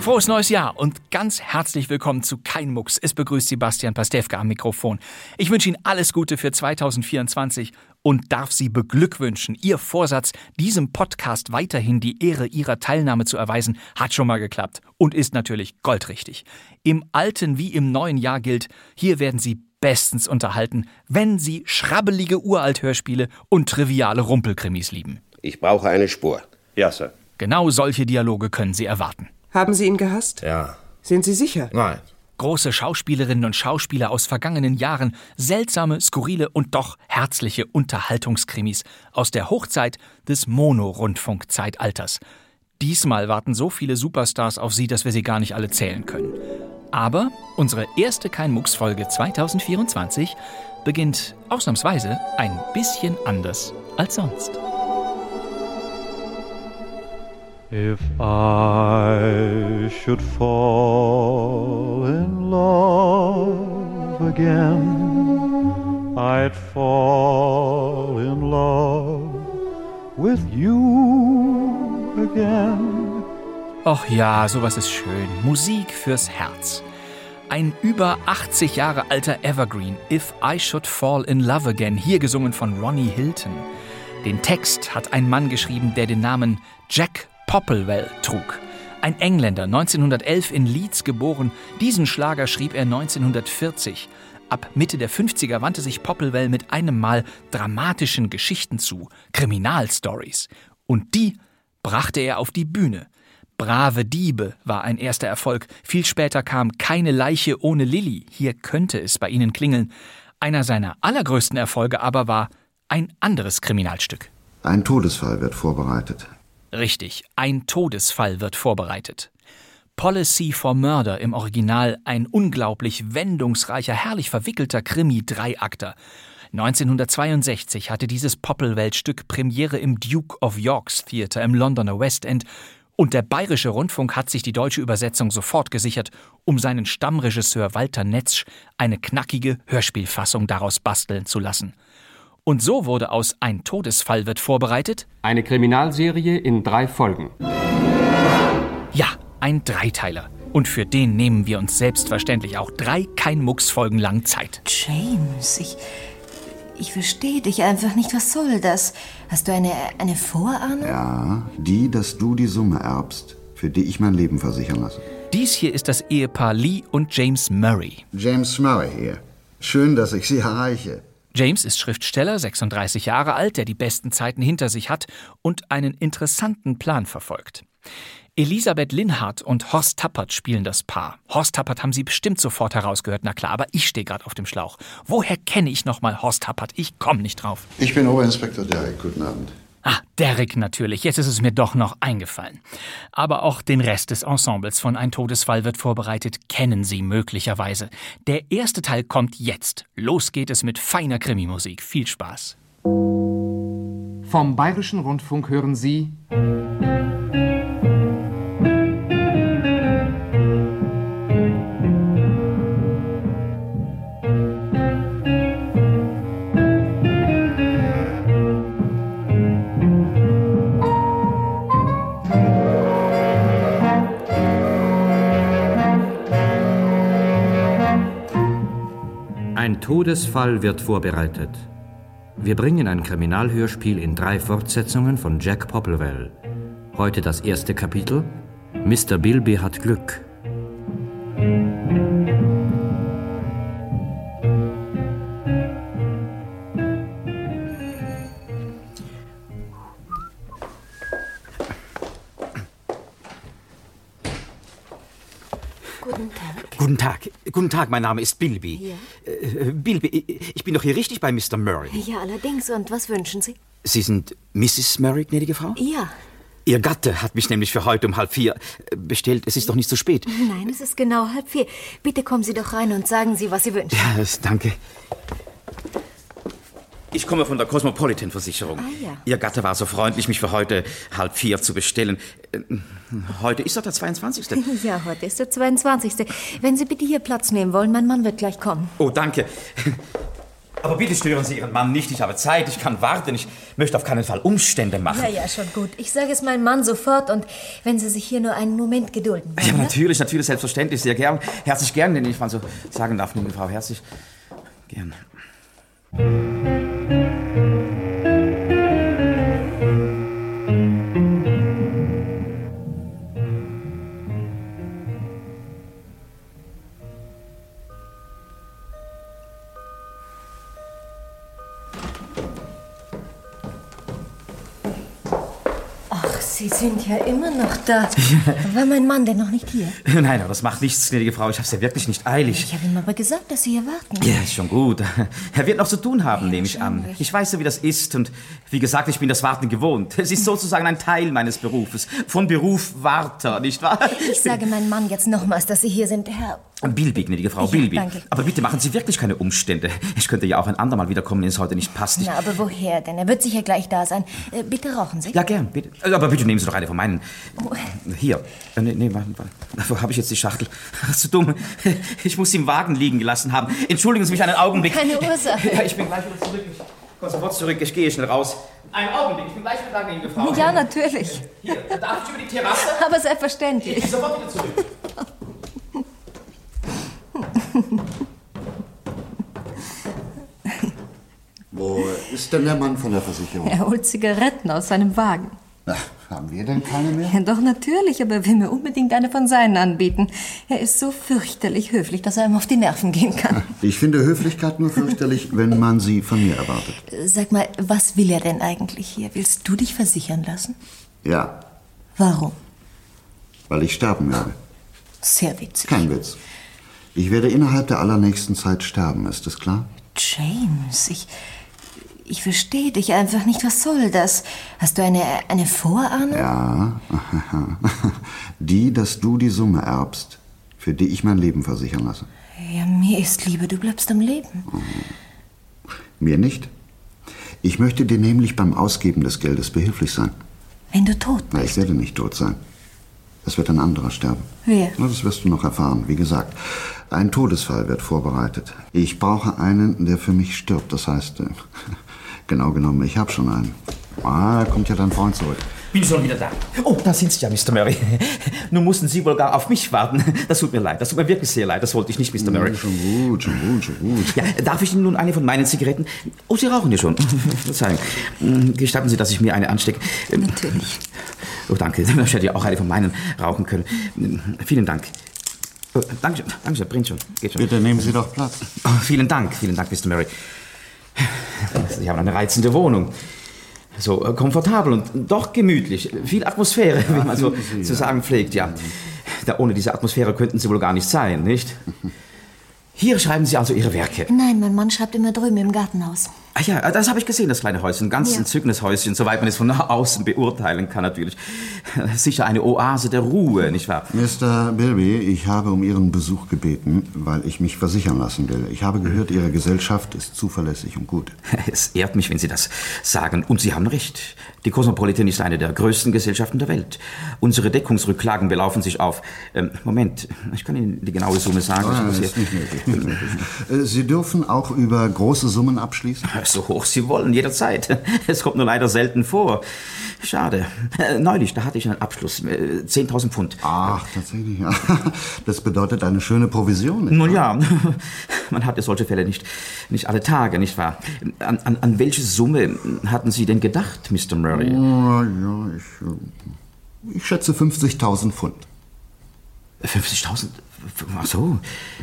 Frohes neues Jahr und ganz herzlich willkommen zu Kein Mucks. Es begrüßt Sebastian Pastewka am Mikrofon. Ich wünsche Ihnen alles Gute für 2024 und darf Sie beglückwünschen. Ihr Vorsatz, diesem Podcast weiterhin die Ehre Ihrer Teilnahme zu erweisen, hat schon mal geklappt und ist natürlich goldrichtig. Im alten wie im neuen Jahr gilt, hier werden Sie bestens unterhalten, wenn Sie schrabbelige Uralt-Hörspiele und triviale Rumpelkrimis lieben. Ich brauche eine Spur. Ja, Sir. Genau solche Dialoge können Sie erwarten. Haben Sie ihn gehasst? Ja. Sind Sie sicher? Nein. Große Schauspielerinnen und Schauspieler aus vergangenen Jahren, seltsame, skurrile und doch herzliche Unterhaltungskrimis aus der Hochzeit des Mono-Rundfunk-Zeitalters. Diesmal warten so viele Superstars auf sie, dass wir sie gar nicht alle zählen können. Aber unsere erste Kein-Mucks-Folge 2024 beginnt ausnahmsweise ein bisschen anders als sonst. If I should fall in love again, I'd fall in love with you again. Och ja, sowas ist schön. Musik fürs Herz. Ein über 80 Jahre alter Evergreen, If I Should Fall in Love Again, hier gesungen von Ronnie Hilton. Den Text hat ein Mann geschrieben, der den Namen Jack Popplewell trug. Ein Engländer, 1911 in Leeds geboren, diesen Schlager schrieb er 1940. Ab Mitte der 50er wandte sich Popplewell mit einem Mal dramatischen Geschichten zu, Kriminalstories. Und die brachte er auf die Bühne. Brave Diebe war ein erster Erfolg. Viel später kam Keine Leiche ohne Lilly. Hier könnte es bei Ihnen klingeln. Einer seiner allergrößten Erfolge aber war ein anderes Kriminalstück. Ein Todesfall wird vorbereitet. Richtig, ein Todesfall wird vorbereitet. Policy for Murder im Original, ein unglaublich wendungsreicher, herrlich verwickelter Krimi-Dreiakter. 1962 hatte dieses Poppelweltstück Premiere im Duke of Yorks Theatre im Londoner West End und der Bayerische Rundfunk hat sich die deutsche Übersetzung sofort gesichert, um seinen Stammregisseur Walter Netzsch eine knackige Hörspielfassung daraus basteln zu lassen. Und so wurde aus Ein Todesfall wird vorbereitet Eine Kriminalserie in drei Folgen. Ja, ein Dreiteiler. Und für den nehmen wir uns selbstverständlich auch drei Kein-Mucks-Folgen lang Zeit. James, ich. Ich verstehe dich einfach nicht. Was soll das? Hast du eine, eine Vorahnung? Ja, die, dass du die Summe erbst, für die ich mein Leben versichern lasse. Dies hier ist das Ehepaar Lee und James Murray. James Murray hier. Schön, dass ich Sie erreiche. James ist Schriftsteller, 36 Jahre alt, der die besten Zeiten hinter sich hat und einen interessanten Plan verfolgt. Elisabeth Linhardt und Horst Tappert spielen das Paar. Horst Tappert haben Sie bestimmt sofort herausgehört, na klar, aber ich stehe gerade auf dem Schlauch. Woher kenne ich nochmal Horst Tappert? Ich komme nicht drauf. Ich bin Oberinspektor Derek. Guten Abend. Ah, Derek natürlich. Jetzt ist es mir doch noch eingefallen. Aber auch den Rest des Ensembles von Ein Todesfall wird vorbereitet, kennen Sie möglicherweise. Der erste Teil kommt jetzt. Los geht es mit feiner Krimimusik. Viel Spaß. Vom Bayerischen Rundfunk hören Sie Ein Todesfall wird vorbereitet. Wir bringen ein Kriminalhörspiel in drei Fortsetzungen von Jack Popplewell. Heute das erste Kapitel. Mr. Bilby hat Glück. Guten Tag. Guten Tag. Guten Tag, mein Name ist Bilby. Ja. Äh, Bilby, ich- ich bin doch hier richtig bei Mr. Murray. Ja, allerdings. Und was wünschen Sie? Sie sind Mrs. Murray, gnädige Frau? Ja. Ihr Gatte hat mich nämlich für heute um halb vier äh, bestellt. Es ist doch nicht zu spät. Nein, es ist genau halb vier. Bitte kommen Sie doch rein und sagen Sie, was Sie wünschen. Ja, es- danke. Ich komme von der Cosmopolitan Versicherung. Ah, ja. Ihr Gatte war so freundlich, mich für heute halb vier zu bestellen. Äh, Heute ist doch der 22. Ja, heute ist der 22. Wenn Sie bitte hier Platz nehmen wollen, mein Mann wird gleich kommen. Oh, danke. Aber bitte stören Sie Ihren Mann nicht. Ich habe Zeit, ich kann warten. Ich möchte auf keinen Fall Umstände machen. Ja, ja, schon gut. Ich sage es meinem Mann sofort und wenn Sie sich hier nur einen Moment gedulden. ne? Ja, natürlich, natürlich, selbstverständlich, sehr gern. Herzlich gern, wenn ich mal so sagen darf, liebe Frau, herzlich gern. Ach, Sie sind ja immer noch da. War mein Mann denn noch nicht hier? Nein, aber das macht nichts, gnädige Frau, ich hab's ja wirklich nicht eilig. Ich habe ihm aber gesagt, dass Sie hier warten. Ja, ist schon gut. Er wird noch zu tun haben, nehme ich an. Ich weiß ja, wie das ist und wie gesagt, ich bin das Warten gewohnt. Es ist sozusagen ein Teil meines Berufes. Von Beruf Warter, nicht wahr? Ich sage meinem Mann jetzt nochmals, dass Sie hier sind, Herr. Bilby, gnädige Frau, Ja, Bilby. danke. Aber bitte machen Sie wirklich keine Umstände. Ich könnte ja auch ein andermal wiederkommen, wenn es heute nicht passt. Ich, Na, aber woher denn? Er wird sicher gleich da sein. Äh, bitte rauchen Sie. ja, gern, bitte. Aber bitte nehmen Sie doch eine von meinen. Oh, Hier. Äh, Nee, nee, warte, warte. Wo habe ich jetzt die Schachtel? Ach, zu dumm. Ich muss sie im Wagen liegen gelassen haben. Entschuldigen Sie mich einen Augenblick. keine Ursache. Ja, ich bin gleich wieder zurück. Ich komme sofort zurück. Ich gehe schnell raus. Einen Augenblick. Ich bin gleich wieder da, gnädige Frau. Ja, natürlich. Hier, darf ich über die Terrasse? Aber selbstverständlich. Ich bin sofort wieder zurück. Wo ist denn der Mann von der Versicherung? Er holt Zigaretten aus seinem Wagen. Na, haben wir denn keine mehr? Ja, doch natürlich, aber er will mir unbedingt eine von seinen anbieten. Er ist so fürchterlich höflich, dass er ihm auf die Nerven gehen kann. Ich finde Höflichkeit nur fürchterlich, wenn man sie von mir erwartet. Äh, Sag mal, was will er denn eigentlich hier? Willst du dich versichern lassen? Ja, Warum? weil ich sterben werde. Sehr witzig. Kein Witz. Ich werde innerhalb der allernächsten Zeit sterben, ist es klar? James, ich. Ich verstehe dich einfach nicht. Was soll das? Hast du eine, eine Vorahnung? Ja, die, dass du die Summe erbst, für die ich mein Leben versichern lasse. Ja, mir ist lieber, du bleibst am Leben. Mir nicht. Ich möchte dir nämlich beim Ausgeben des Geldes behilflich sein. Wenn du tot. Na, ich werde nicht tot sein. Es wird ein anderer sterben. Wer? Na, das wirst du noch erfahren, wie gesagt. Ein Todesfall wird vorbereitet. Ich brauche einen, der für mich stirbt. Das heißt, äh, genau genommen, ich habe schon einen. Ah, da kommt ja dein Freund zurück. Bin schon wieder da. Oh, da sind Sie ja, Mr. Murray. Nun mussten Sie wohl gar auf mich warten. Das tut mir leid. Das tut mir wirklich sehr leid. Das wollte ich nicht, Mr. Murray. Schon gut, schon gut, schon gut. Ja, darf ich Ihnen nun eine von meinen Zigaretten? Oh, Sie rauchen ja schon. Verzeihung. Mm, Gestatten Sie, dass ich mir eine anstecke. Natürlich. Oh, danke. Dann hätte ich ja auch eine von meinen rauchen können. Mm, Vielen Dank. Oh, danke schön, danke schön, bringt schon. Geht schon. Bitte nehmen Sie doch Platz. Oh, vielen Dank, vielen Dank, Mr. Murray. Sie haben eine reizende Wohnung. So äh, komfortabel und doch gemütlich. Viel Atmosphäre, wie man so finden Sie, zu ja. sagen pflegt, ja. Da ohne diese Atmosphäre könnten Sie wohl gar nicht sein, nicht? Hier schreiben Sie also Ihre Werke. Nein, mein Mann schreibt immer drüben im Gartenhaus. Ah ja, das habe ich gesehen, das kleine Häuschen. Ganz Ja. entzückendes Häuschen, soweit man es von außen beurteilen kann, natürlich. Sicher eine Oase der Ruhe, nicht wahr? Mr. Bilby, ich habe um Ihren Besuch gebeten, weil ich mich versichern lassen will. Ich habe gehört, Ihre Gesellschaft ist zuverlässig und gut. Es ehrt mich, wenn Sie das sagen. Und Sie haben recht. Die Cosmopolitan ist eine der größten Gesellschaften der Welt. Unsere Deckungsrücklagen belaufen sich auf. Ähm, Moment, ich kann Ihnen die genaue Summe sagen. Ich Ah, muss das hier- ist nicht nötig, nicht nötig. Äh, Sie dürfen auch über große Summen abschließen? So hoch Sie wollen, jederzeit. Es kommt nur leider selten vor. Schade. Äh, Neulich, da hatte ich einen Abschluss. Äh, 10.000 Pfund. Ach, tatsächlich, ja. Das bedeutet eine schöne Provision. nicht Nun wahr? ja, man hat ja solche Fälle nicht, nicht alle Tage, nicht wahr? An, an, an welche Summe hatten Sie denn gedacht, Mr. Murray? Ja, ja, ich, äh, ich schätze 50.000 Pfund. 50.000? Ach so.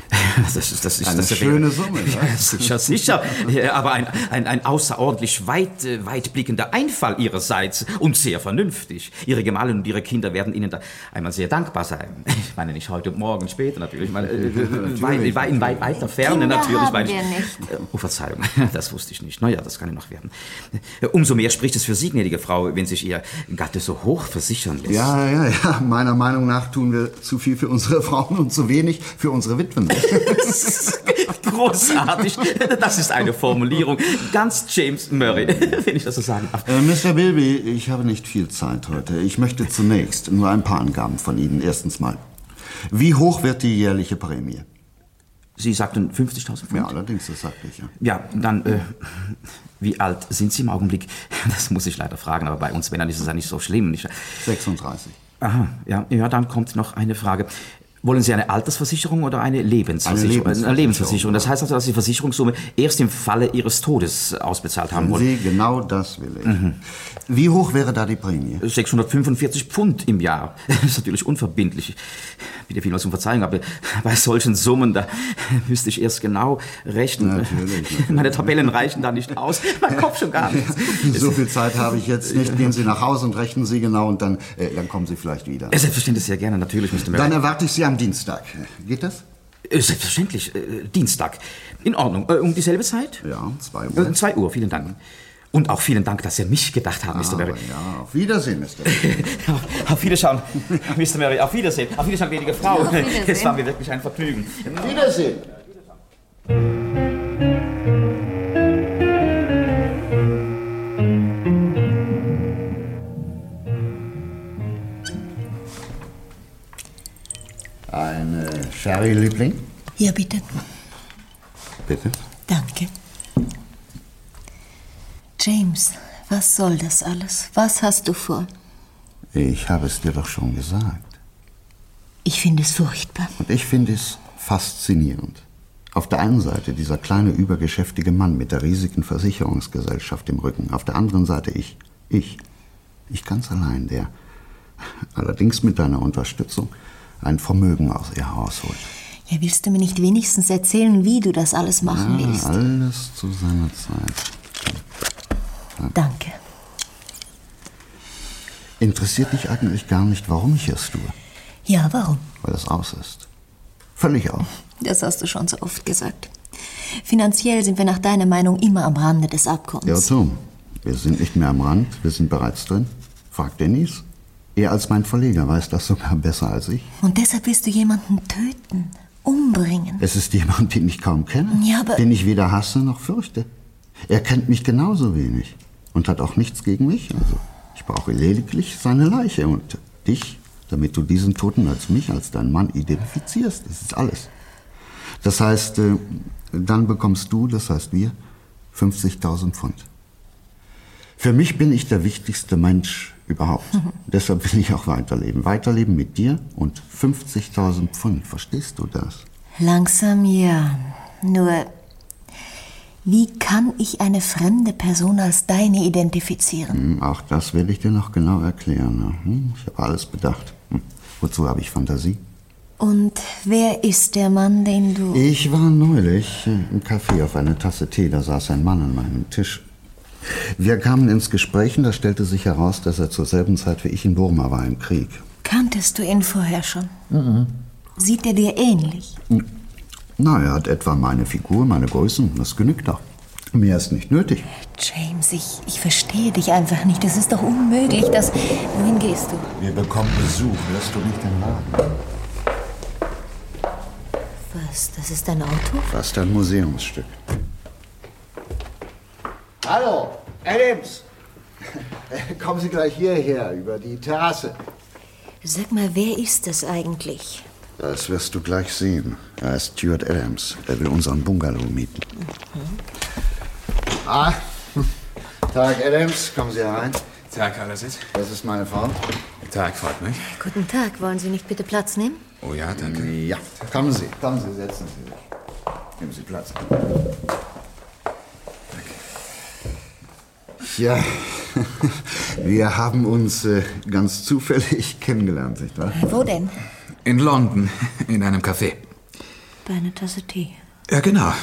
Das ist, das ist, Eine das ist schöne Summe, ne? Ja, sicher, sicher. Ja, Aber ein, ein, ein außerordentlich weit, äh, weitblickender Einfall Ihrerseits und sehr vernünftig. Ihre Gemahlin und Ihre Kinder werden Ihnen da einmal sehr dankbar sein. Ich meine nicht heute, morgen, später natürlich. Ich meine, äh, Natürlich, wei- wei- in wei- weiter Ferne Kinder natürlich. haben weil ich- wir nicht. Äh, Oh, Verzeihung, das wusste ich nicht. Naja, das kann ja noch werden. Äh, Umso mehr spricht es für Sie, gnädige Frau, wenn sich Ihr Gatte so hoch versichern lässt. Ja, ja, ja. Meiner Meinung nach tun wir zu viel für unsere Frauen und zu wenig für unsere Witwen. Großartig. Das ist eine Formulierung. Ganz James Murray, wenn ich das so sagen darf. Äh, Mr. Bilby, ich habe nicht viel Zeit heute. Ich möchte zunächst nur ein paar Angaben von Ihnen. Erstens mal, wie hoch wird die jährliche Prämie? Sie sagten 50.000 Pfund? Ja, allerdings, das sagte ich ja. Ja, dann, äh, wie alt sind Sie im Augenblick? Das muss ich leider fragen, aber bei uns Männern ist es ja nicht so schlimm. Nicht? 36. Aha, ja, ja, dann kommt noch eine Frage. Wollen Sie eine Altersversicherung oder eine Lebensversicherung? Eine Lebensversicherung. Lebensversicherung. Das heißt also, dass Sie die Versicherungssumme erst im Falle Ihres Todes ausbezahlt haben wollen. Sie, genau das will ich. Wie hoch wäre da die Prämie? 645 Pfund im Jahr. Das ist natürlich unverbindlich. Bitte vielmals um Verzeihung, aber bei solchen Summen, da müsste ich erst genau rechnen. Meine Tabellen reichen da nicht aus. Mein Kopf schon gar nicht. So viel Zeit habe ich jetzt nicht. Gehen Sie nach Hause und rechnen Sie genau und dann, äh, dann kommen Sie vielleicht wieder. Selbstverständlich, sehr gerne, natürlich, Mr. Dann Murray. erwarte ich Sie am Dienstag. Geht das? Äh, Selbstverständlich, äh, Dienstag. In Ordnung. Äh, Um dieselbe Zeit? Ja, 2 Äh, Uhr. 2 Uhr, vielen Dank. Und auch vielen Dank, dass Sie an mich gedacht haben, Mr. Murray. Ah, Ja, auf Wiedersehen, Mr. Auf, auf Wiederschauen, Mr. Murray. Auf Wiedersehen. Auf Wiederschauen, gnädige Frau. Auf Wiedersehen. Es war mir wirklich ein Vergnügen. Wiedersehen. Eine Sherry, Liebling? Ja, bitte. Bitte? Danke. James, was soll das alles? Was hast du vor? Ich habe es dir doch schon gesagt. Ich finde es furchtbar. Und ich finde es faszinierend. Auf der einen Seite dieser kleine übergeschäftige Mann mit der riesigen Versicherungsgesellschaft im Rücken. Auf der anderen Seite ich. Ich. Ich ganz allein, der allerdings mit deiner Unterstützung ein Vermögen aus ihr rausholt. Ja, willst du mir nicht wenigstens erzählen, wie du das alles machen Ja, willst? alles zu seiner Zeit. Danke. Interessiert dich eigentlich gar nicht, warum ich es tue, Ja, warum? weil es aus ist. Völlig aus. Das hast du schon so oft gesagt. Finanziell sind wir nach deiner Meinung immer am Rande des Abgrunds. Ja, Tom, wir sind nicht mehr am Rand, wir sind bereits drin. Frag Dennis. Er als mein Verleger weiß das sogar besser als ich. Und deshalb willst du jemanden töten, umbringen. Es ist jemand, den ich kaum kenne, Ja, aber- den ich weder hasse noch fürchte. Er kennt mich genauso wenig und hat auch nichts gegen mich. Also ich brauche lediglich seine Leiche und dich, damit du diesen Toten als mich, als deinen Mann identifizierst. Das ist alles. Das heißt, äh, dann bekommst du, das heißt wir, 50.000 Pfund. Für mich bin ich der wichtigste Mensch überhaupt. Deshalb will ich auch weiterleben. Weiterleben mit dir und 50.000 Pfund. Verstehst du das? Langsam ja. Nur, wie kann ich eine fremde Person als deine identifizieren? Hm, Auch das werde ich dir noch genau erklären. ne? Hm, Ich habe alles bedacht. Hm, Wozu habe ich Fantasie? Und wer ist der Mann, den du. Ich war neulich äh, im Café auf eine Tasse Tee. Da saß ein Mann an meinem Tisch. Wir kamen ins Gespräch und da stellte sich heraus, dass er zur selben Zeit wie ich in Burma war im Krieg. Kanntest du ihn vorher schon? Sieht er dir ähnlich? Na, er hat etwa meine Figur, meine Größen. Das genügt doch. Mehr ist nicht nötig. James, ich, ich verstehe dich einfach nicht. Es ist doch unmöglich, dass. Wohin gehst du? Wir bekommen Besuch. Lässt du nicht den Laden? Was? Das ist dein Auto? Fast ein Museumsstück. Hallo, Adams. Kommen Sie gleich hierher über die Terrasse. Sag mal, wer ist das eigentlich? Das wirst du gleich sehen. Er ist Stuart Adams. Er will unseren Bungalow mieten. Ah, Tag, Adams. Kommen Sie herein. Tag, Alasit. Das ist meine Frau. Tag, freut mich. Guten Tag, wollen Sie nicht bitte Platz nehmen? Oh ja, danke. Ja, Kommen Sie, kommen Sie, setzen Sie sich. Nehmen Sie Platz. Ja, wir haben uns äh, ganz zufällig kennengelernt, nicht wahr? Wo denn? In London, in einem Café. Bei einer Tasse Tee. Ja, genau.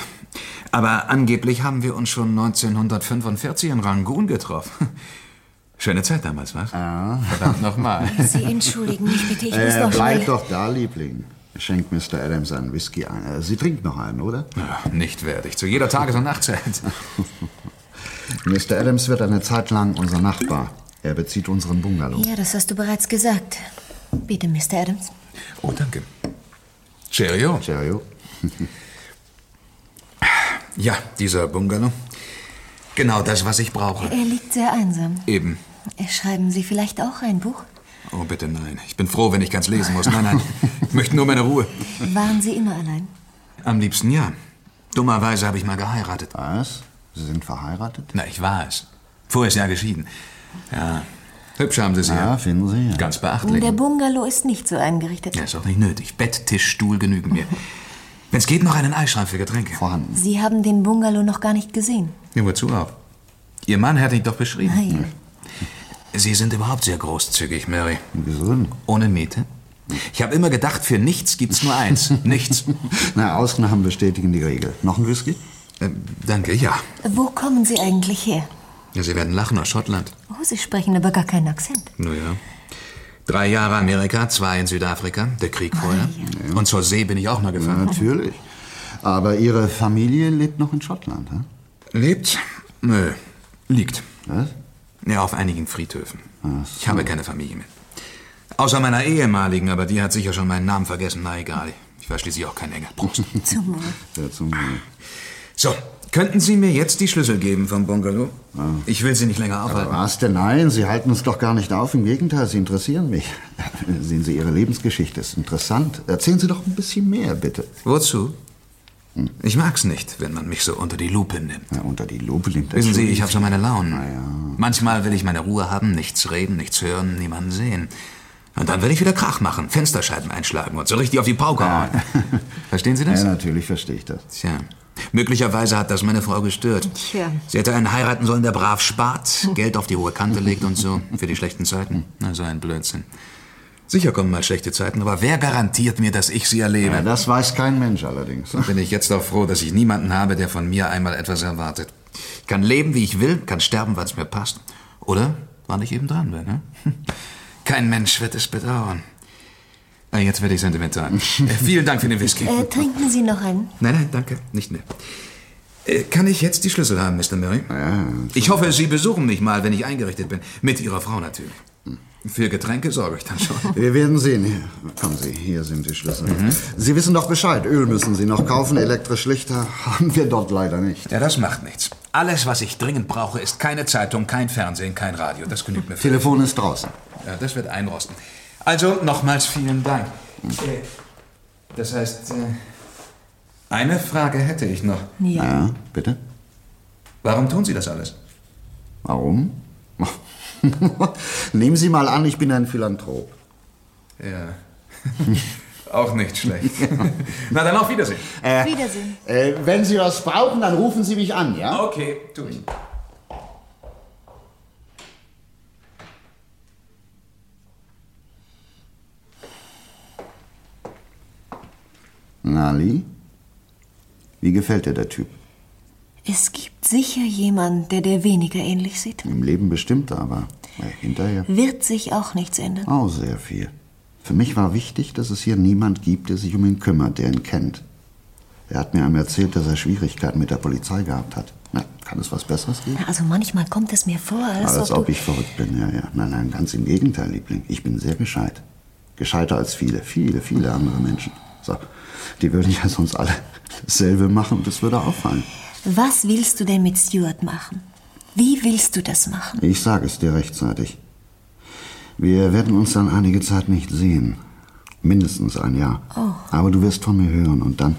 Aber angeblich haben wir uns schon 1945 in Rangoon getroffen. Schöne Zeit damals, was? Ah. Verdammt nochmal. Sie entschuldigen mich bitte, ich muss Äh, noch bleib schnell... doch da, Liebling. Schenkt Mr. Adams einen Whisky ein. Äh, Sie trinkt noch einen, oder? Nicht werde ich. Zu jeder Tages- und Nachtzeit. Mr. Adams wird eine Zeit lang unser Nachbar. Er bezieht unseren Bungalow. Ja, das hast du bereits gesagt. Bitte, Mr. Adams. Oh, danke. Cheerio. Cheerio. Ja, dieser Bungalow. Genau das, was ich brauche. Er liegt sehr einsam. Eben. Schreiben Sie vielleicht auch ein Buch? Oh, bitte nein. Ich bin froh, wenn ich ganz lesen muss. Nein, nein. Ich möchte nur meine Ruhe. Waren Sie immer allein? Am liebsten ja. Dummerweise habe ich mal geheiratet. Was? Sie sind verheiratet? Na, ich war es. Vorher ist ja geschieden. Ja. Hübsch haben Sie sie. Ja, finden Sie. Ja. Ganz beachtlich. Der Bungalow ist nicht so eingerichtet. Ja, ist auch nicht nötig. Bett, Tisch, Stuhl genügen mir. Wenn es geht, noch einen Eischrank für Getränke. Vorhanden. Sie haben den Bungalow noch gar nicht gesehen. Ja, wozu auch? Ihr Mann hat ihn doch beschrieben. Nein. Sie sind überhaupt sehr großzügig, Mary. Wieso denn? Ohne Miete? Ich habe immer gedacht, für nichts gibt's nur eins. nichts. Na, Ausnahmen bestätigen die Regel. Noch ein Whisky? Äh, danke, ja. Wo kommen Sie eigentlich her? ja. Sie werden lachen aus Schottland. Oh, Sie sprechen aber gar keinen Akzent. Naja. Drei Jahre Amerika, zwei in Südafrika, der Krieg vorher. Und zur See bin ich auch mal gefahren. Ah, Natürlich. Aber Ihre Familie lebt noch in Schottland, hä? Lebt? Nö, liegt. Was? Ja, auf einigen Friedhöfen. Ich habe keine Familie mehr. Außer meiner ehemaligen, aber die hat sicher schon meinen Namen vergessen. Na egal, ich war schließlich auch kein Engel. Prost. Zum Wohl. Ja, zum Wohl. So, könnten Sie mir jetzt die Schlüssel geben vom Bungalow? Ich will Sie nicht länger Ah. Aber aufhalten. was denn? Nein, Sie halten uns doch gar nicht auf. Im Gegenteil, Sie interessieren mich. Sehen Sie, Ihre Lebensgeschichte ist interessant. Erzählen Sie doch ein bisschen mehr, bitte. Hm. Wozu? Ich mag's nicht, wenn man mich so unter die Lupe nimmt. Ja, unter die Lupe nimmt Wissen Sie, ich schon- habe so meine Launen. Manchmal will ich meine Ruhe haben, nichts reden, nichts hören, niemanden sehen. Und dann will ich wieder Krach machen, Fensterscheiben einschlagen und so richtig auf die Pauke hauen. Verstehen Sie das? Ja, natürlich verstehe ich das. Tja. Möglicherweise hat das meine Frau gestört. Tja. Sie hätte einen heiraten sollen, der brav spart, Geld auf die hohe Kante legt und so, für die schlechten Zeiten. Na, so ein Blödsinn. Sicher kommen mal schlechte Zeiten, aber wer garantiert mir, dass ich sie erlebe? Ja, das weiß kein Mensch allerdings. Bin ich jetzt auch froh, dass ich niemanden habe, der von mir einmal etwas erwartet. Ich kann leben, wie ich will, kann sterben, wann es mir passt. Oder wann ich eben dran bin, ne? Kein Mensch wird es bedauern. Ah, Jetzt werde ich sentimental. Äh, Vielen Dank für den Whisky. Äh, trinken Sie noch einen? Nein, nein, danke, nicht mehr. Äh, Kann ich jetzt die Schlüssel haben, Mr. Murray? ich hoffe, Sie besuchen mich mal, wenn ich eingerichtet bin. Mit Ihrer Frau natürlich. Für Getränke sorge ich dann schon. Wir werden sehen. Kommen Sie, hier sind die Schlüssel. Sie wissen doch Bescheid. Öl müssen Sie noch kaufen. Elektrisch Lichter haben wir dort leider nicht. Ja, das macht nichts. Alles, was ich dringend brauche, ist keine Zeitung, kein Fernsehen, kein Radio. Das genügt mir. völlig. Telefon ist draußen. Ja, das wird einrosten. Also nochmals vielen Dank. Äh, Das heißt, äh, eine Frage hätte ich noch. Ja. bitte? Warum tun Sie das alles? Warum? Nehmen Sie mal an, ich bin ein Philanthrop. Ja. Auch nicht schlecht. Na dann auf Wiedersehen. Äh, Wiedersehen. Äh, wenn Sie was brauchen, dann rufen Sie mich an, ja? Okay, tu ich. Nali? Wie gefällt dir der Typ? Es gibt sicher jemanden, der dir weniger ähnlich sieht. Im Leben bestimmt, aber äh, hinterher. Wird sich auch nichts ändern. Auch sehr viel. Für mich war wichtig, dass es hier niemand gibt, der sich um ihn kümmert, der ihn kennt. Er hat mir einmal erzählt, dass er Schwierigkeiten mit der Polizei gehabt hat. Na, kann es was Besseres geben? Na, Also manchmal kommt es mir vor, als, Als ob ob du... ich verrückt bin, ja, ja. Nein, nein, ganz im Gegenteil, Liebling. Ich bin sehr gescheit. Gescheiter als viele, viele, viele andere Menschen. So, die würden ja sonst alle dasselbe machen und das würde auffallen. Was willst du denn mit Stuart machen? Wie willst du das machen? Ich sage es dir rechtzeitig. Wir werden uns dann einige Zeit nicht sehen. Mindestens ein Jahr. Oh. Aber du wirst von mir hören und dann,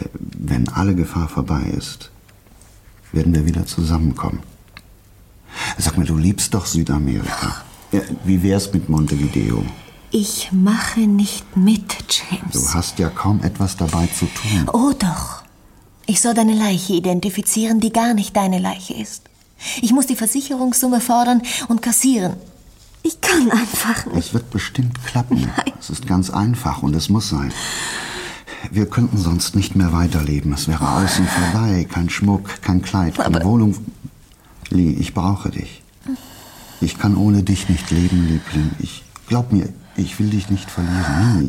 äh, wenn alle Gefahr vorbei ist, werden wir wieder zusammenkommen. Sag mir, du liebst doch Südamerika. Ja, wie wär's mit Montevideo? Ich mache nicht mit, Du James. hast ja kaum etwas dabei zu tun. Oh doch. Ich soll deine Leiche identifizieren, die gar nicht deine Leiche ist. Ich muss die Versicherungssumme fordern und kassieren. Ich kann einfach nicht. Es wird bestimmt klappen. Es ist ganz einfach und es muss sein. Wir könnten sonst nicht mehr weiterleben. Es wäre außen vorbei. Kein Schmuck, kein Kleid, keine Wohnung. Lee, ich brauche dich. Ich kann ohne dich nicht leben, Liebling. Ich glaub mir, ich will dich nicht verlieren. Nie.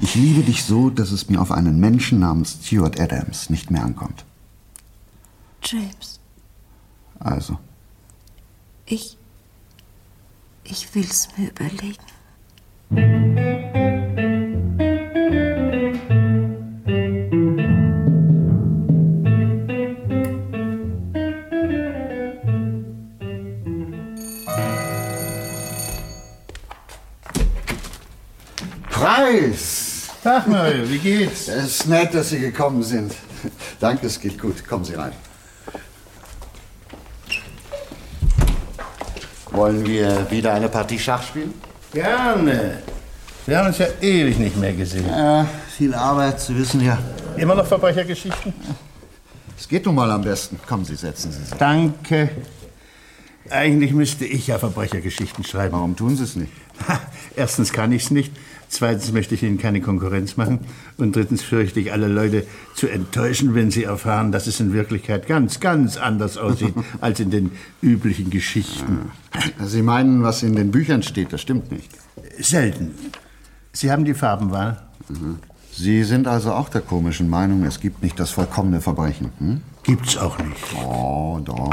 Ich liebe dich so, dass es mir auf einen Menschen namens Stuart Adams nicht mehr ankommt. James, Also, ich. Ich will's mir überlegen. Preis! Tag mal, wie geht's? Es ist nett, dass Sie gekommen sind. Danke, es geht gut. Kommen Sie rein. Wollen wir wieder eine Partie Schach spielen? Gerne. Wir haben uns ja ewig nicht mehr gesehen. Ja, viel Arbeit, Sie wissen ja. Immer noch Verbrechergeschichten? Es geht nun mal am besten. Kommen Sie, setzen Sie sich. Danke. Eigentlich müsste ich ja Verbrechergeschichten schreiben. Warum tun Sie es nicht? Erstens kann ich es nicht. Zweitens möchte ich Ihnen keine Konkurrenz machen. Und drittens fürchte ich, alle Leute zu enttäuschen, wenn sie erfahren, dass es in Wirklichkeit ganz, ganz anders aussieht als in den üblichen Geschichten. Sie meinen, was in den Büchern steht, das stimmt nicht. Selten. Sie haben die Farbenwahl. Sie sind also auch der komischen Meinung, es gibt nicht das vollkommene Verbrechen. Hm? Gibt's auch nicht. Oh, doch.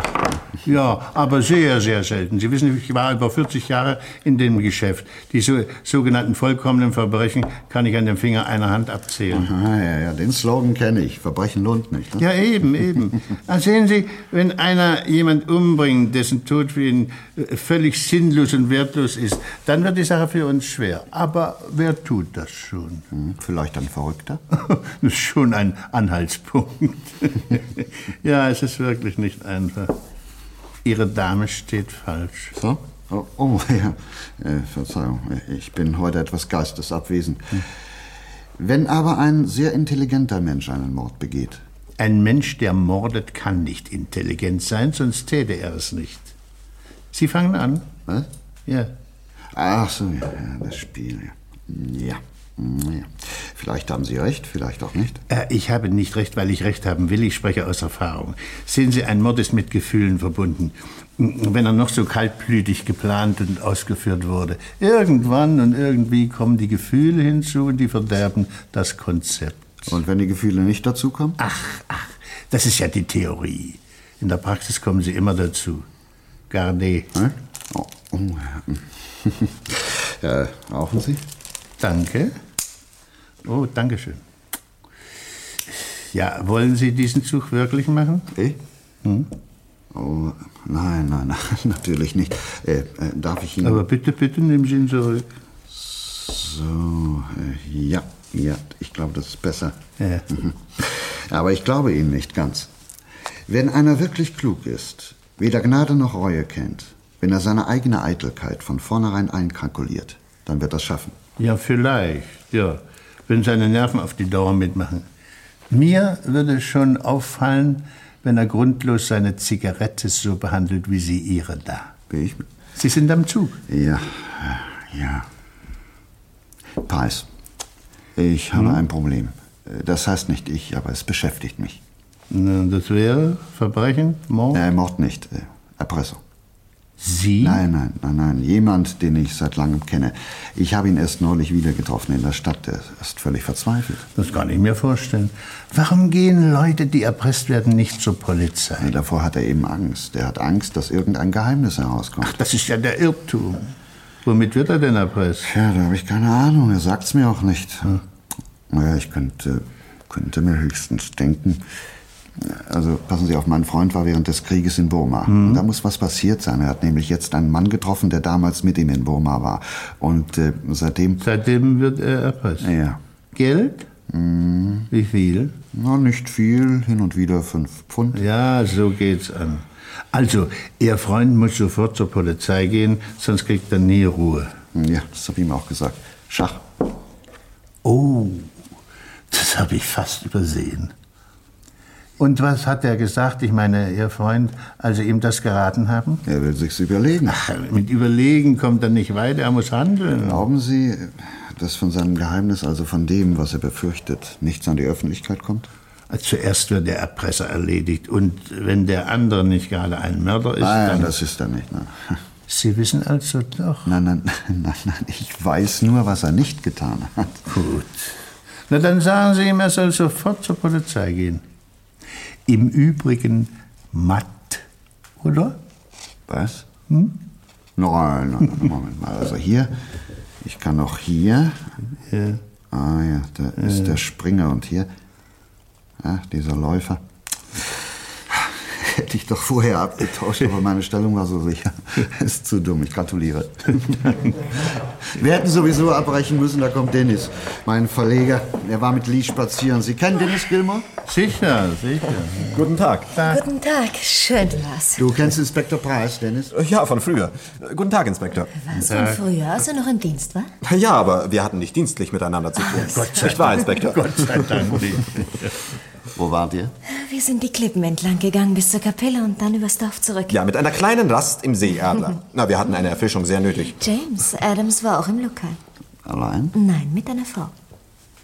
Ja, aber sehr, sehr selten. Sie wissen, ich war über 40 Jahre in dem Geschäft. Die so, sogenannten vollkommenen Verbrechen kann ich an dem Finger einer Hand abzählen. Aha, Ah, ja, ja, den Slogan kenne ich. Verbrechen lohnt nicht. Ne? Ja, eben, eben. Also sehen Sie, wenn einer jemand umbringt, dessen Tod für ihn äh, völlig sinnlos und wertlos ist, dann wird die Sache für uns schwer. Aber wer tut das schon? Hm. Vielleicht ein Verrückter? Das ist schon ein Anhaltspunkt. ja, es ist wirklich nicht einfach. Ihre Dame steht falsch. So? Oh, oh ja. Äh, Verzeihung, ich bin heute etwas geistesabwesend. Wenn aber ein sehr intelligenter Mensch einen Mord begeht, Ein Mensch, der mordet, kann nicht intelligent sein, sonst täte er es nicht. Sie fangen an. Was? Ja. Ach so, ja, ja, das Spiel. Ja. hm, ja. ja. Vielleicht haben Sie recht, vielleicht auch nicht. Äh, Ich habe nicht recht, weil ich recht haben will. Ich spreche aus Erfahrung. Sehen Sie, ein Mord ist mit Gefühlen verbunden. Und Wenn er noch so kaltblütig geplant und ausgeführt wurde. Irgendwann und irgendwie kommen die Gefühle hinzu und die verderben das Konzept. Und wenn die Gefühle nicht dazukommen? Ach, ach, das ist ja die Theorie. In der Praxis kommen sie immer dazu. Garnet. Oh, oh, ja. rauchen Sie? Danke. Oh, danke schön. Ja, wollen Sie diesen Zug wirklich machen? Ich? Hm? Oh, nein, nein, nein, natürlich nicht. Äh, äh, darf ich Ihnen... Aber bitte, bitte nehmen Sie ihn zurück. So, äh, ja, ja, ich glaube, das ist besser. Ja. Mhm. Aber ich glaube Ihnen nicht ganz. Wenn einer wirklich klug ist, weder Gnade noch Reue kennt, wenn er seine eigene Eitelkeit von vornherein einkalkuliert, dann wird er es schaffen. Ja, vielleicht, ja. Wenn seine Nerven auf die Dauer mitmachen. Mir würde schon auffallen, wenn er grundlos seine Zigarette so behandelt, wie Sie Ihre da. Bin ich? Sie sind am Zug. Ja, äh, ja. Preis. Ich habe ein Problem. Äh, Das heißt nicht ich, aber es beschäftigt mich. Na, Das wäre Verbrechen, Mord? Äh, Mord nicht, äh, Erpressung. Sie? Nein, nein, nein, nein. Jemand, den ich seit langem kenne. Ich habe ihn erst neulich wieder getroffen in der Stadt. Er ist völlig verzweifelt. Das kann ich mir vorstellen. Warum gehen Leute, die erpresst werden, nicht zur Polizei? Davor hat er eben Angst. Er hat Angst, dass irgendein Geheimnis herauskommt. Das ist ja der Irrtum. Womit wird er denn erpresst? Ja, da habe ich keine Ahnung. Er sagt's mir auch nicht. Naja, ich könnte, könnte mir höchstens denken. Also, passen Sie auf, mein Freund war während des Krieges in Burma. Und Da muss was passiert sein. Er hat nämlich jetzt einen Mann getroffen, der damals mit ihm in Burma war. Und äh, seitdem. Seitdem wird er erpresst. Ja. Geld? Wie viel? Na, nicht viel. Hin und wieder fünf Pfund. Ja, so geht's an. Also, Ihr Freund muss sofort zur Polizei gehen, sonst kriegt er nie Ruhe. Ja, das habe ich ihm auch gesagt. Schach. Oh, das habe ich fast übersehen. Und was hat er gesagt, ich meine, Ihr Freund, als Sie ihm das geraten haben? Er will sich's überlegen. mit überlegen kommt er nicht weiter, er muss handeln. Glauben Sie, dass von seinem Geheimnis, also von dem, was er befürchtet, nichts an die Öffentlichkeit kommt? Also Zuerst wird der Erpresser erledigt. Und wenn der andere nicht gerade ein Mörder ist, nein, dann... das ist er nicht. Nein. Sie wissen also doch. Nein, nein, nein, nein, ich weiß nur, was er nicht getan hat. Gut. Na, dann sagen Sie ihm, er soll sofort zur Polizei gehen. Im Übrigen matt, oder? Was? Hm? Nein, nein, nein, Moment mal. Also hier, ich kann noch hier. Ah ja, da ist der Springer und hier. Ja, dieser Läufer. Hätte ich doch vorher abgetauscht, aber meine Stellung war so sicher. Ist zu dumm, ich gratuliere. Wir hätten sowieso abbrechen müssen, da kommt Dennis, mein Verleger. Er war mit Lee spazieren. Sie kennen Dennis Gilmore? Sicher, sicher. Guten Tag. Guten Tag, schön, Lars. Du kennst Inspektor Price, Dennis? Äh, Ja, von früher. Äh, Guten Tag, Inspektor. Was von früher, als er noch im Dienst war? Ja, aber wir hatten nicht dienstlich miteinander zu tun. Gott sei Nicht wahr, Dank. Inspektor? Gott sei Dank. Wo wart ihr? Wir sind die Klippen entlang gegangen bis zur Kapelle und dann übers Dorf zurück. Ja, mit einer kleinen Rast im Seeadler. Na, wir hatten eine Erfrischung sehr nötig. James Adams war auch im Lokal. Allein? Nein, mit einer Frau.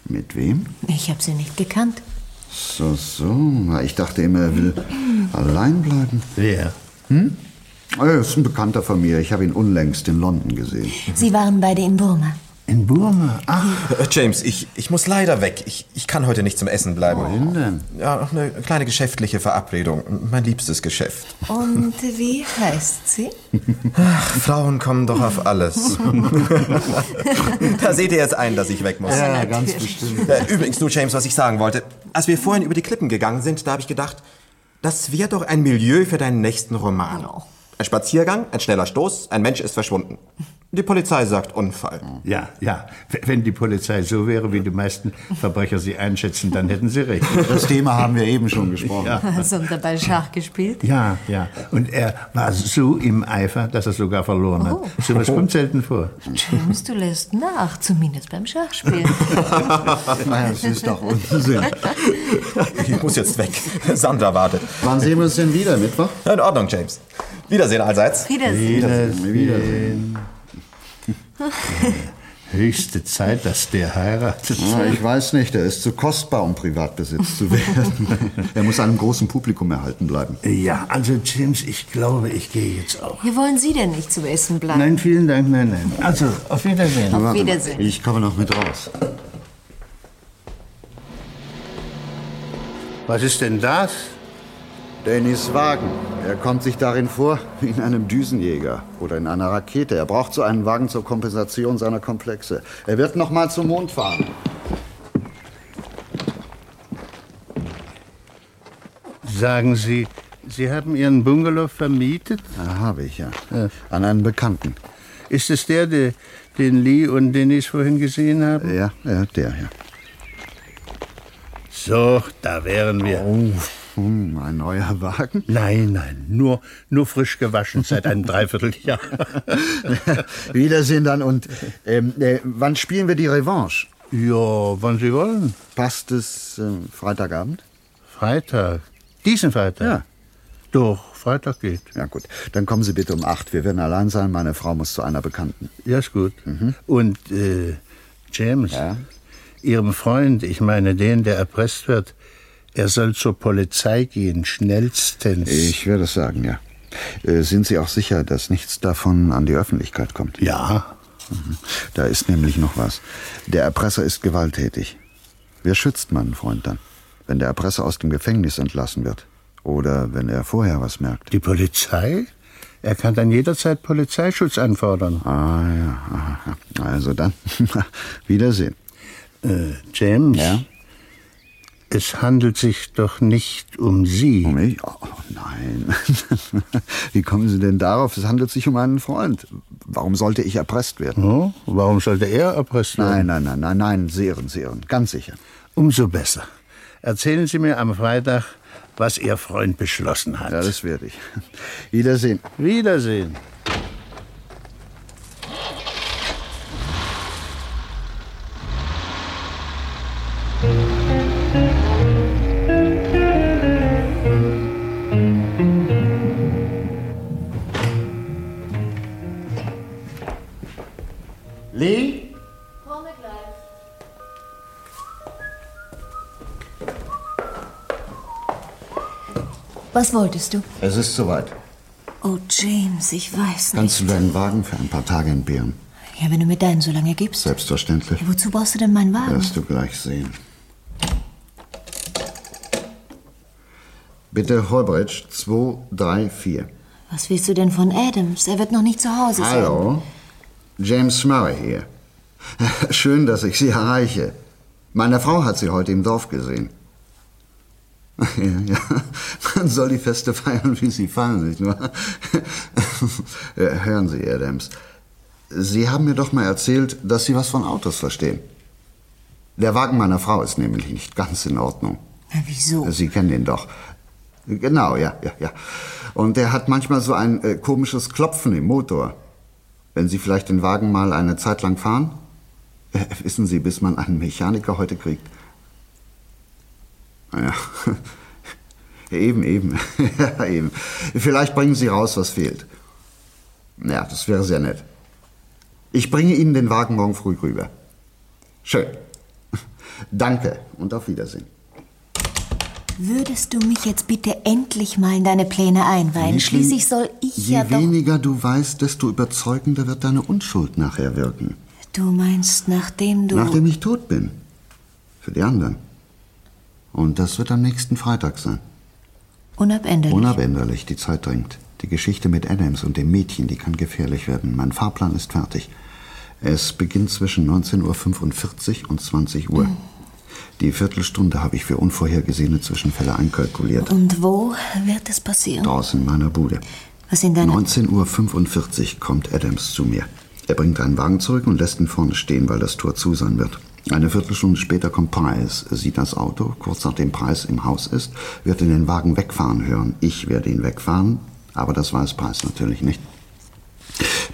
Mit wem? Ich habe sie nicht gekannt. So, so. Na, Ich dachte immer, er will allein bleiben. Wer? Hm? Er ist ein Bekannter von mir. Ich habe ihn unlängst in London gesehen. Sie waren beide in Burma. In Burma? Ach. Äh, James, ich, ich muss leider weg. Ich, ich kann heute nicht zum Essen bleiben. Wohin denn? Ja, noch eine kleine geschäftliche Verabredung. Mein liebstes Geschäft. Und wie heißt sie? Ach, Frauen kommen doch auf alles. da seht ihr jetzt ein, dass ich weg muss. Ja, Ja, ganz natürlich. bestimmt. Äh, Übrigens, nur James, was ich sagen wollte. Als wir vorhin über die Klippen gegangen sind, da habe ich gedacht, das wäre doch ein Milieu für deinen nächsten Roman. Ein Spaziergang, ein schneller Stoß, ein Mensch ist verschwunden. Die Polizei sagt Unfall. Ja, ja. W- Wenn die Polizei so wäre, wie die meisten Verbrecher sie einschätzen, dann hätten sie recht. Das Thema haben wir eben schon gesprochen. Ja. Hast du Also, dabei Schach gespielt? Ja, ja. Und er war so im Eifer, dass er sogar verloren hat. So was kommt selten vor. James, du lässt nach, zumindest beim Schachspielen. Naja, das ist doch Unsinn. Ich muss jetzt weg. Sandra wartet. Wann sehen wir uns denn wieder, Mittwoch? In Ordnung, James. Wiedersehen allseits. Wiedersehen. Wiedersehen. Höchste Zeit, dass der heiratet. Ja, ich weiß nicht, er ist zu kostbar, um Privatbesitz zu werden. er muss einem großen Publikum erhalten bleiben. Ja, also James, ich glaube, ich gehe jetzt auch. Wie wollen Sie denn nicht zum Essen bleiben? Nein, vielen Dank, nein, nein. Also, auf Wiedersehen. Auf Warte mal, Wiedersehen. Ich komme noch mit raus. Was ist denn das? Dennis Wagen. Er kommt sich darin vor wie in einem Düsenjäger oder in einer Rakete. Er braucht so einen Wagen zur Kompensation seiner Komplexe. Er wird noch mal zum Mond fahren. Sagen Sie, Sie haben Ihren Bungalow vermietet? Da habe ich ja. An einen Bekannten. Ist es der, der den Lee und Dennis vorhin gesehen haben? Ja, ja der hier. So, da wären wir. Hm, ein neuer Wagen? Nein, nein, nur, nur frisch gewaschen seit einem Dreivierteljahr. Wiedersehen dann und ähm, äh, wann spielen wir die Revanche? Ja, wann Sie wollen. Passt es ähm, Freitagabend? Freitag. Diesen Freitag? Ja. Doch, Freitag geht. Ja gut, dann kommen Sie bitte um acht. Wir werden allein sein. Meine Frau muss zu einer Bekannten. Ja, ist gut. Mhm. Und äh, James, Ihrem Freund, ich meine den, der erpresst wird, er soll zur Polizei gehen, schnellstens. Ich werde es sagen, ja. Äh, sind Sie auch sicher, dass nichts davon an die Öffentlichkeit kommt? Ja. Da ist nämlich noch was. Der Erpresser ist gewalttätig. Wer schützt meinen Freund dann? Wenn der Erpresser aus dem Gefängnis entlassen wird? Oder wenn er vorher was merkt? Die Polizei? Er kann dann jederzeit Polizeischutz anfordern. Ah ja, aha. also dann Wiedersehen. Äh, James? Ja? Es handelt sich doch nicht um Sie. Um mich? Oh nein. Wie kommen Sie denn darauf? Es handelt sich um einen Freund. Warum sollte ich erpresst werden? Oh, warum sollte er erpresst werden? Nein, nein, nein, nein, nein, Sie irren, Sie irren, ganz sicher. Umso besser. Erzählen Sie mir am Freitag, was Ihr Freund beschlossen hat. Ja, das werde ich. Wiedersehen. Wiedersehen. Was wolltest du? Es ist soweit. Oh, James, ich weiß nicht. Kannst du deinen Wagen für ein paar Tage entbehren? Ja, wenn du mir deinen so lange gibst. Selbstverständlich. Ja, wozu brauchst du denn meinen Wagen? Wirst du gleich sehen. Bitte Holbrecht 234. Was willst du denn von Adams? Er wird noch nicht zu Hause sein. Hallo, James Murray hier. Schön, dass ich Sie erreiche. Meine Frau hat Sie heute im Dorf gesehen. Ja, ja. Man soll die Feste feiern, wie sie fallen, nicht wahr? Ja, Hören Sie, Adams. Sie haben mir doch mal erzählt, dass Sie was von Autos verstehen. Der Wagen meiner Frau ist nämlich nicht ganz in Ordnung. Na, wieso? Sie kennen ihn doch. Genau, ja, ja, ja. Und der hat manchmal so ein äh, komisches Klopfen im Motor. Wenn Sie vielleicht den Wagen mal eine Zeit lang fahren, äh, wissen Sie, bis man einen Mechaniker heute kriegt. Ja, eben, eben, ja, eben. Vielleicht bringen Sie raus, was fehlt. Ja, das wäre sehr nett. Ich bringe Ihnen den Wagen morgen früh rüber. Schön. Danke und auf Wiedersehen. Würdest du mich jetzt bitte endlich mal in deine Pläne einweihen? Nicht schlimm. Schließlich soll ich Je ja doch... weniger du weißt, desto überzeugender wird deine Unschuld nachher wirken. Du meinst, nachdem du... Nachdem ich tot bin. Für die anderen. Und das wird am nächsten Freitag sein. Unabänderlich. Unabänderlich, die Zeit drängt. Die Geschichte mit Adams und dem Mädchen, die kann gefährlich werden. Mein Fahrplan ist fertig. Es beginnt zwischen 19.45 Uhr und 20 Uhr. Hm. Die Viertelstunde habe ich für unvorhergesehene Zwischenfälle einkalkuliert. Und wo wird es passieren? Draußen in meiner Bude. Was in deiner... 19.45 Uhr kommt Adams zu mir. Er bringt einen Wagen zurück und lässt ihn vorne stehen, weil das Tor zu sein wird. Eine Viertelstunde später kommt Price, sieht das Auto. Kurz nachdem Price im Haus ist, wird er den Wagen wegfahren hören. Ich werde ihn wegfahren, aber das weiß Price natürlich nicht.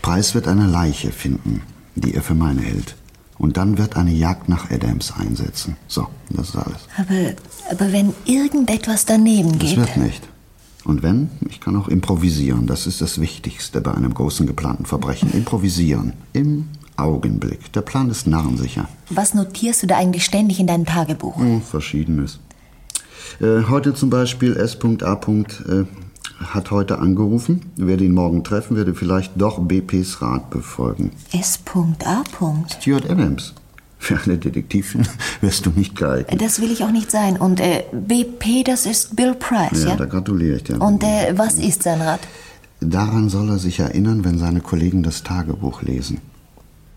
Price wird eine Leiche finden, die er für meine hält. Und dann wird eine Jagd nach Adams einsetzen. So, das ist alles. Aber, aber wenn irgendetwas daneben Das geht... wird nicht. Und wenn, ich kann auch improvisieren. Das ist das Wichtigste bei einem großen geplanten Verbrechen. Improvisieren. Im Augenblick. Der Plan ist narrensicher. Was notierst du da eigentlich ständig in deinem Tagebuch? Hm, Verschiedenes. Äh, heute zum Beispiel S.A. Äh, hat heute angerufen, werde ihn morgen treffen, werde vielleicht doch BPs Rat befolgen. S.A. Stuart Adams. Für eine Detektivin wirst du nicht geeignet. Das will ich auch nicht sein. Und äh, BP, das ist Bill Price, ja? da gratuliere ich dir. Und äh, was ist sein Rat? Daran soll er sich erinnern, wenn seine Kollegen das Tagebuch lesen.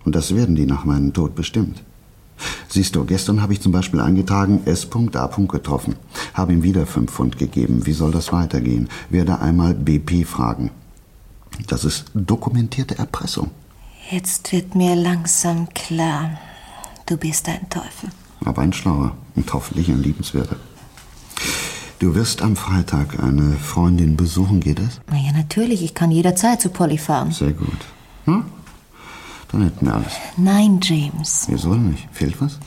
Und das werden die nach meinem Tod bestimmt. Siehst du, gestern habe ich zum Beispiel eingetragen, S.A. getroffen. Habe ihm wieder fünf Pfund gegeben. Wie soll das weitergehen? Werde einmal BP fragen. Das ist dokumentierte Erpressung. Jetzt wird mir langsam klar, du bist ein Teufel. Aber ein schlauer und hoffentlich ein liebenswerter. Du wirst am Freitag eine Freundin besuchen, geht es? Na ja, natürlich, ich kann jederzeit zu Polly fahren. Sehr gut. Hm? Dann hätten wir alles. Nein, James. Wieso denn nicht? Fehlt was?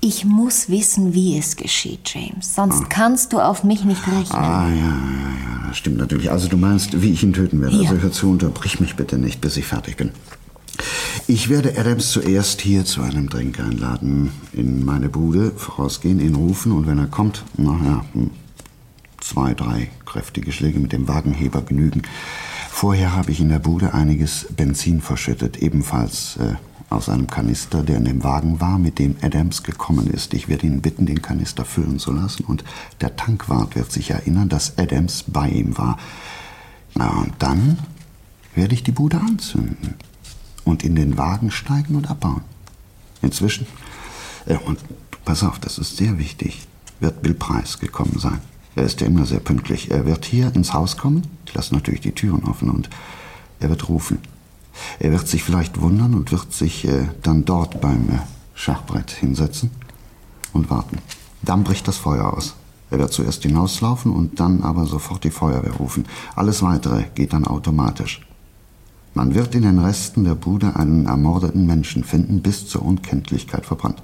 Ich muss wissen, wie es geschieht, James. Sonst kannst du auf mich nicht rechnen. Hm. Ah, ja, ja, ja, das stimmt natürlich. Also du meinst, wie ich ihn töten werde. Ja. Also hör zu, unterbrich mich bitte nicht, bis ich fertig bin. Ich werde Adams zuerst hier zu einem Drink einladen, in meine Bude, vorausgehen, ihn rufen und wenn er kommt, naja, zwei, drei kräftige Schläge mit dem Wagenheber genügen. Vorher habe ich in der Bude einiges Benzin verschüttet, ebenfalls äh, aus einem Kanister, der in dem Wagen war, mit dem Adams gekommen ist. Ich werde ihn bitten, den Kanister füllen zu lassen und der Tankwart wird sich erinnern, dass Adams bei ihm war. Na, und dann werde ich die Bude anzünden und in den Wagen steigen und abbauen. Inzwischen, äh, und pass auf, das ist sehr wichtig, wird Bill Price gekommen sein. Er ist ja immer sehr pünktlich. Er wird hier ins Haus kommen, ich lasse natürlich die Türen offen und er wird rufen. Er wird sich vielleicht wundern und wird sich äh, dann dort beim äh, Schachbrett hinsetzen und warten. Dann bricht das Feuer aus. Er wird zuerst hinauslaufen und dann aber sofort die Feuerwehr rufen. Alles Weitere geht dann automatisch. Man wird in den Resten der Bude einen ermordeten Menschen finden, bis zur Unkenntlichkeit verbrannt.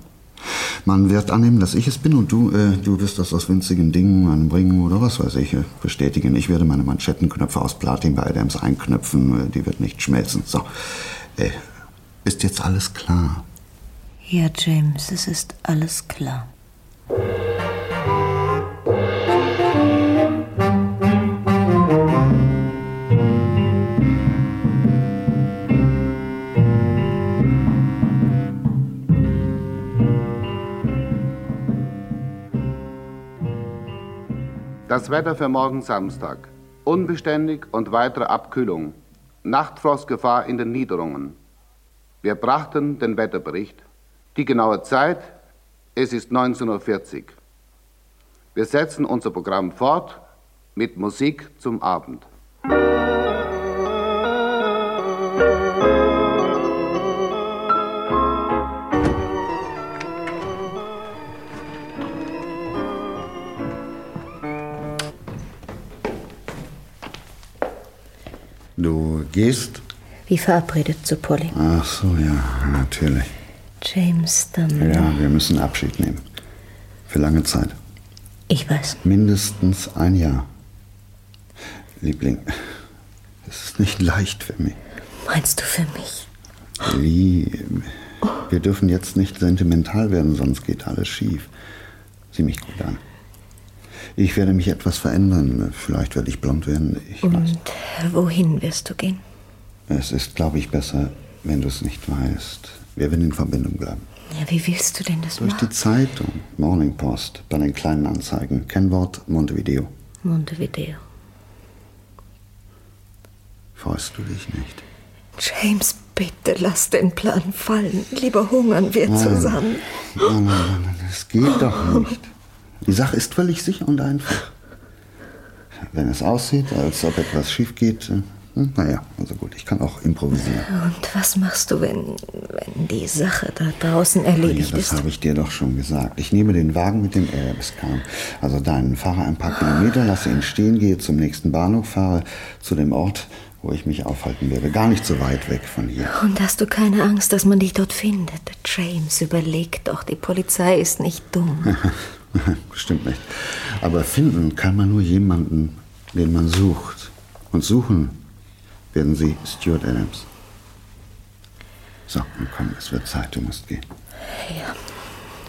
Man wird annehmen, dass ich es bin und du, äh, du wirst das aus winzigen Dingen, einem Ring oder was weiß ich, äh, bestätigen. Ich werde meine Manschettenknöpfe aus Platin bei Adams einknöpfen, äh, die wird nicht schmelzen. So, äh, ist jetzt alles klar. Ja, James, es ist alles klar. Das Wetter für morgen Samstag. Unbeständig und weitere Abkühlung. Nachtfrostgefahr in den Niederungen. Wir brachten den Wetterbericht. Die genaue Zeit, es ist 19.40 Uhr. Wir setzen unser Programm fort mit Musik zum Abend. Du gehst? Wie verabredet zu Polly. Ach so, ja, natürlich. James, dann. Ja, wir müssen Abschied nehmen. Für lange Zeit. Ich weiß. Mindestens ein Jahr. Liebling, es ist nicht leicht für mich. Meinst du für mich? Lieb. Wir dürfen jetzt nicht sentimental werden, sonst geht alles schief. Sieh mich gut an. Ich werde mich etwas verändern. Vielleicht werde ich blond werden. Ich, Und wohin wirst du gehen? es ist, glaube ich, besser, wenn du es nicht weißt. Wir werden in Verbindung bleiben. Ja, wie willst du denn das Durch die machen? Zeitung, Morning Post, bei den kleinen Anzeigen. Kennwort Montevideo. Montevideo. Freust du dich nicht? James, bitte lass den Plan fallen. Lieber hungern wir Nein. zusammen. Nein, nein, nein, nein, das geht doch nicht. Die Sache ist völlig sicher und einfach. Wenn es aussieht, als ob etwas schief geht, äh, naja, also gut, ich kann auch improvisieren. Und was machst du, wenn, wenn die Sache da draußen erledigt Ja, das ist? habe ich dir doch schon gesagt. Ich nehme den Wagen mit dem RFSK. Also deinen Fahrer ein paar Kilometer, lasse ihn stehen, gehe zum nächsten Bahnhof, fahre zu dem Ort, wo ich mich aufhalten werde. Gar nicht so weit weg von hier. Und hast du keine Angst, dass man dich dort findet? James, überleg doch, die Polizei ist nicht dumm. Bestimmt nicht. Aber finden kann man nur jemanden, den man sucht. Und suchen werden sie Stuart Adams. So, nun komm, es wird Zeit, du musst gehen. Ja.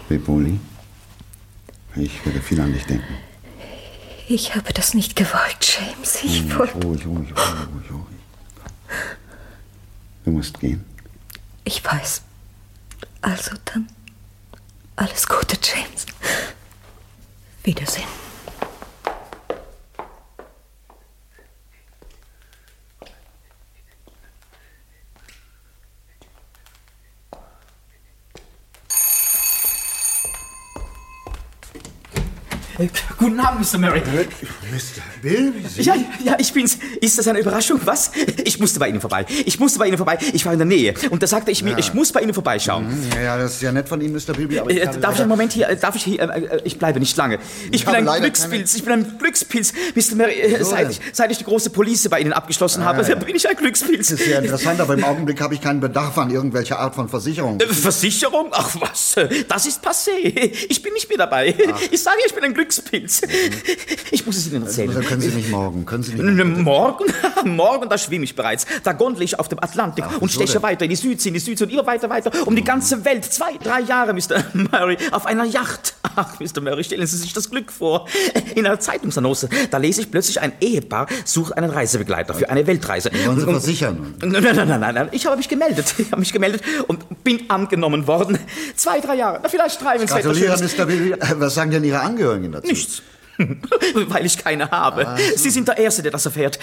Beboli, ich werde viel an dich denken. Ich habe das nicht gewollt, James. Ich Ruhig, wollte. Ruhig, ruhig, ruhig, ruhig. oh, Du musst gehen. Ich weiß. Also dann. Alles Gute, James. Wiedersehen. Guten Abend, Mr. Merrick. Mr. Bill? Ja, ja, ich bin's. Ist das eine Überraschung? Was? Ich musste bei Ihnen vorbei. Ich musste bei Ihnen vorbei. Ich war in der Nähe. Und da sagte ich mir, Ja. ich muss bei Ihnen vorbeischauen. Mhm. Ja, ja, das ist ja nett von Ihnen, Mr. Bilby, Äh, darf ich einen Moment hier, äh, darf ich hier, äh, äh, ich bleibe nicht lange. Ich, Ich bin habe ein leider Glückspilz, ich bin ein Glückspilz. Mr. Mary, äh, So seit, denn. ich, seit ich die große Police bei Ihnen abgeschlossen habe, Ah, ja. bin ich ein Glückspilz. Das ist ja interessant, aber im Augenblick habe ich keinen Bedarf an irgendwelcher Art von Versicherung. Äh, Versicherung? Ach was, äh, das ist passé. Ich bin nicht mehr dabei. Ah. Ich sage, ich bin ein Glückspilz. Ich muss es Ihnen erzählen. Mhm. Also können Sie nicht morgen, können Sie nicht Ne, Morgen? Morgen, da schwimme ich bereits. Da gondel ich auf dem Atlantik und wieso steche denn? weiter in die Südsee, in die Südsee und immer weiter, weiter um die ganze Welt. Zwei, drei Jahre, Mr. Murray, auf einer Yacht. Ach, Mr. Murray, stellen Sie sich das Glück vor. In einer Zeitungsannonce, da lese ich plötzlich, ein Ehepaar sucht einen Reisebegleiter für eine Weltreise. Wollen Sie Und- versichern? Nein, nein, nein, nein, nein, nein. Ich habe mich gemeldet. Ich habe mich gemeldet und bin angenommen worden. Zwei, drei Jahre, na, vielleicht drei, wenn es Gratuliere, ist. Mr. Bilby. Was sagen denn Ihre Angehörigen dazu? Nichts. Weil ich keine habe. Ah, Sie sind der Erste, der das erfährt.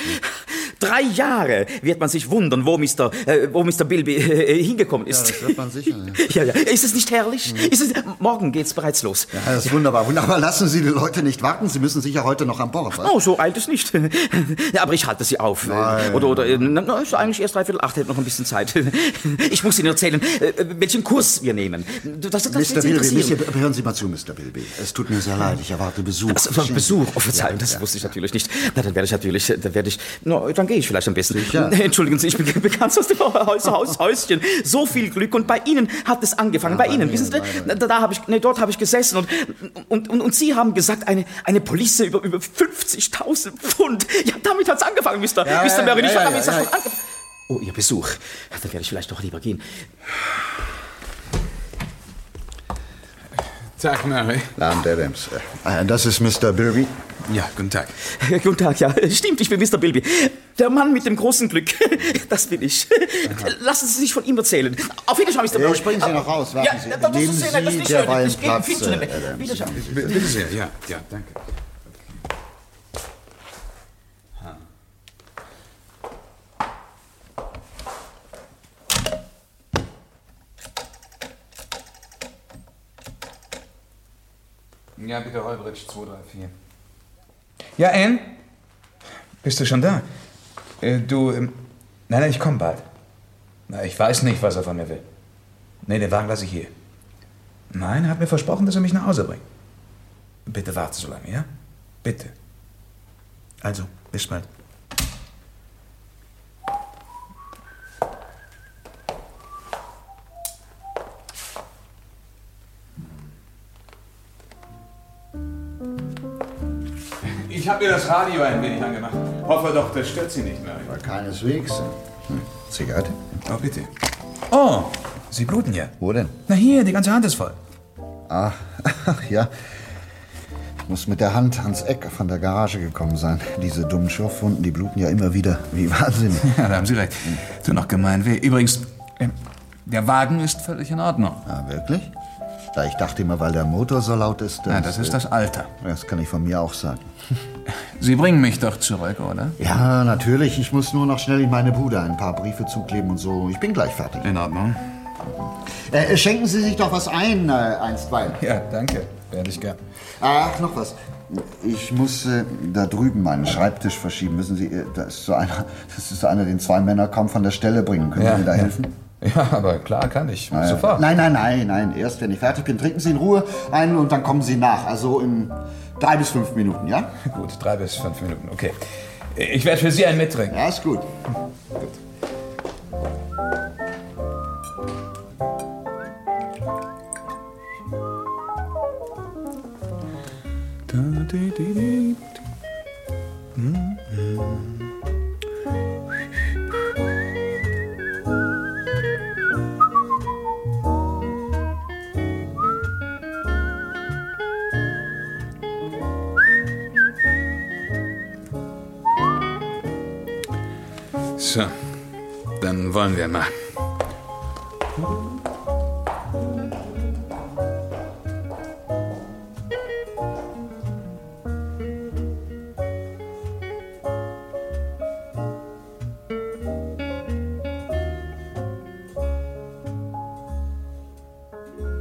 Drei Jahre wird man sich wundern, wo Mr. Äh, wo Mr. Bilby äh, hingekommen ist. Das wird man sicher. Mhm. Ja, ja. Ist es nicht herrlich? Ist es, morgen geht's bereits los. Ja, Ah, das ist wunderbar. Wunderbar, lassen Sie die Leute nicht warten. Sie müssen sicher heute noch an Bord. Was? Oh, so eilt es nicht. Ja, Aber ich halte sie auf. Nein. Oder, oder, äh, na, na, ist eigentlich erst dreiviertel acht, hätte noch ein bisschen Zeit. Ich muss Ihnen erzählen, äh, welchen Kurs wir nehmen. Das, das wird Mr. Sie Bilby, interessieren. Mr. hören Sie mal zu, Mr. Bilby. Es tut mir sehr leid, ich erwarte Besuch. Das war ein Besuch. Oh, Verzeihung, das wusste ich natürlich nicht. Na, dann werde ich natürlich, äh, dann werde ich, no, dann gehe ich vielleicht am besten. Sicher. Entschuldigen Sie, ich bin bekannt aus dem Haus, Haus, Häuschen. So viel Glück und bei Ihnen hat es angefangen. bei, Ihnen, wissen Sie, da, da habe ich, nee, dort habe ich gesessen und, und, und, und Sie haben gesagt, eine, eine Police über, über 50.000 Pfund. Ja, damit hat es angefangen, Mr. Ja, Mr. ja, Merrin. ja, ich ja, habe ja, gesagt, ja. ange- Oh, Ihr Besuch. Dann werde ich vielleicht doch lieber gehen. Tag, Mary. Abend, Adams. Äh, Das ist Mr. Bilby. Ja, guten Tag. Guten Tag, ja. Stimmt, ich bin Mr. Bilby. Der Mann mit dem großen Glück. Das bin ich. Lassen Sie sich von ihm erzählen. Auf Wiederschauen, Mr. Bilby. springen Sie noch raus, warten Sie. Ja, das Nehmen ist sehr nett, das Sie ist sehr nett. derweil Ich gehe- Platz, finde schon äh, eine- Adams. Wiederschauen. Bitte sehr, ja, ja, danke. Ja, bitte Holbritsch 234. Ja, Ann? Bist du schon da? Äh, Du, ähm, nein, nein, ich komme bald. Na, ich weiß nicht, was er von mir will. Nee, den Wagen lasse ich hier. Nein, er hat mir versprochen, dass er mich nach Hause bringt. Bitte warte so lange, ja? Bitte. Also, bis bald. Ich habe ihr das Radio ein wenig angemacht. Hoffe doch, das stört sie nicht mehr. Aber keineswegs. Hm. Zigarette? Oh, bitte. Oh, Sie bluten ja. Wo denn? Na hier, die ganze Hand ist voll. Ah, ach ja. Ich muss mit der Hand ans Eck von der Garage gekommen sein. Diese dummen Schürfwunden, die bluten ja immer wieder. Wie wahnsinnig. Ja, da haben Sie recht. Tut noch gemein weh. Übrigens, ähm, der Wagen ist völlig in Ordnung. Ah, wirklich? Da ich dachte immer, weil der Motor so laut ist. Ja, das ist das Alter. Das kann ich von mir auch sagen. Sie bringen mich doch zurück, oder? Ja, natürlich. Ich muss nur noch schnell in meine Bude ein paar Briefe zukleben und so. Ich bin gleich fertig. In Ordnung. Äh, äh, schenken Sie sich doch was ein, äh, einstweilen. Ja, danke. Werde ich gern. Ach, noch was. Ich muss äh, da drüben meinen Schreibtisch verschieben. Wissen Sie, äh, da ist so einer, das ist so einer, den zwei Männer kaum von der Stelle bringen. Können Sie mir da helfen? Ja, aber klar kann ich. Naja. Sofort. Nein, nein, nein, nein. Erst wenn ich fertig bin, trinken Sie in Ruhe einen und dann kommen Sie nach. Also in drei bis fünf Minuten, ja? Gut, drei bis fünf Minuten, okay. Ich werde für Sie einen mittrinken. Ja, ist gut. So, dann wollen wir mal.